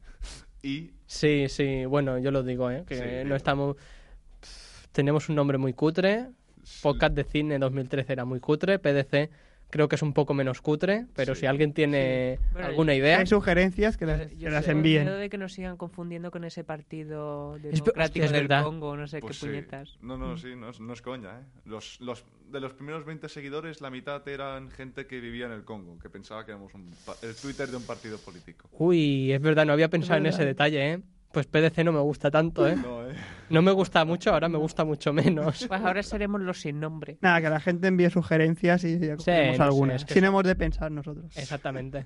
Y Sí, sí, bueno, yo lo digo, ¿eh? Que Sí, no dilo. estamos... Pff, Tenemos un nombre muy cutre. Podcast de cine 2013 era muy cutre. PDC creo que es un poco menos cutre. Pero Sí. si alguien tiene Bueno, alguna Si idea... hay sugerencias que las, que Yo las sé, miedo envíen. de que nos sigan confundiendo con ese partido es democrático del verdad. Congo, no sé pues qué sí. puñetas. No, no, sí, no es, no es coña, ¿eh? Los, los, de los primeros 20 seguidores, la mitad eran gente que vivía en el Congo, que pensaba que éramos un pa- el Twitter de un partido político. Uy, es verdad, no había pensado en verdad. ese detalle, ¿eh? Pues PDC no me gusta tanto, ¿eh? No, ¿eh? No me gusta mucho, ahora me gusta mucho menos. Pues ahora seremos los sin nombre. Nada, que la gente envíe sugerencias y ya cogemos no sé, algunas. es que Sin sí. hemos de pensar nosotros. Exactamente.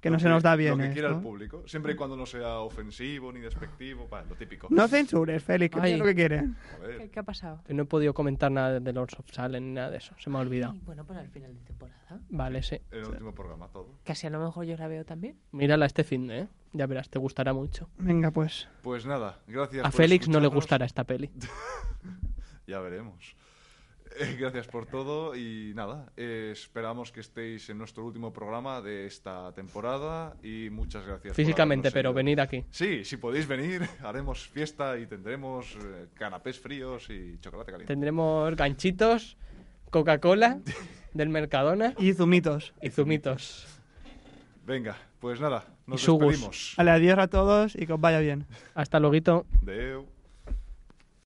Que no se nos da bien. Lo que esto. quiera el público, siempre y cuando no sea ofensivo ni despectivo, va, lo típico. No censures, Félix, que Ay. es lo que quieren. Joder. ¿Qué, qué ha pasado? Que No he podido comentar nada de Lords of Salem ni nada de eso. Se me ha olvidado. Y bueno, pues al final de temporada. Vale, sí. En el último programa, todo. Casi a lo mejor yo la veo también. Mírala este fin de, ¿eh? Ya verás, te gustará mucho. Venga, pues. Pues nada, gracias. A por Félix no le escucharnos. gustará esta peli. Ya veremos. Eh, gracias por todo y nada, eh, esperamos que estéis en nuestro último programa de esta temporada y muchas gracias. por Físicamente, habernos pero seguido. venid aquí. Sí, si podéis venir, haremos fiesta y tendremos eh, canapés fríos y chocolate caliente. Tendremos ganchitos, Coca-Cola del Mercadona Y zumitos. y zumitos. Venga, pues nada, nos sugus. despedimos. Vale, adiós a todos y que os vaya bien. Hasta luego. Adeu.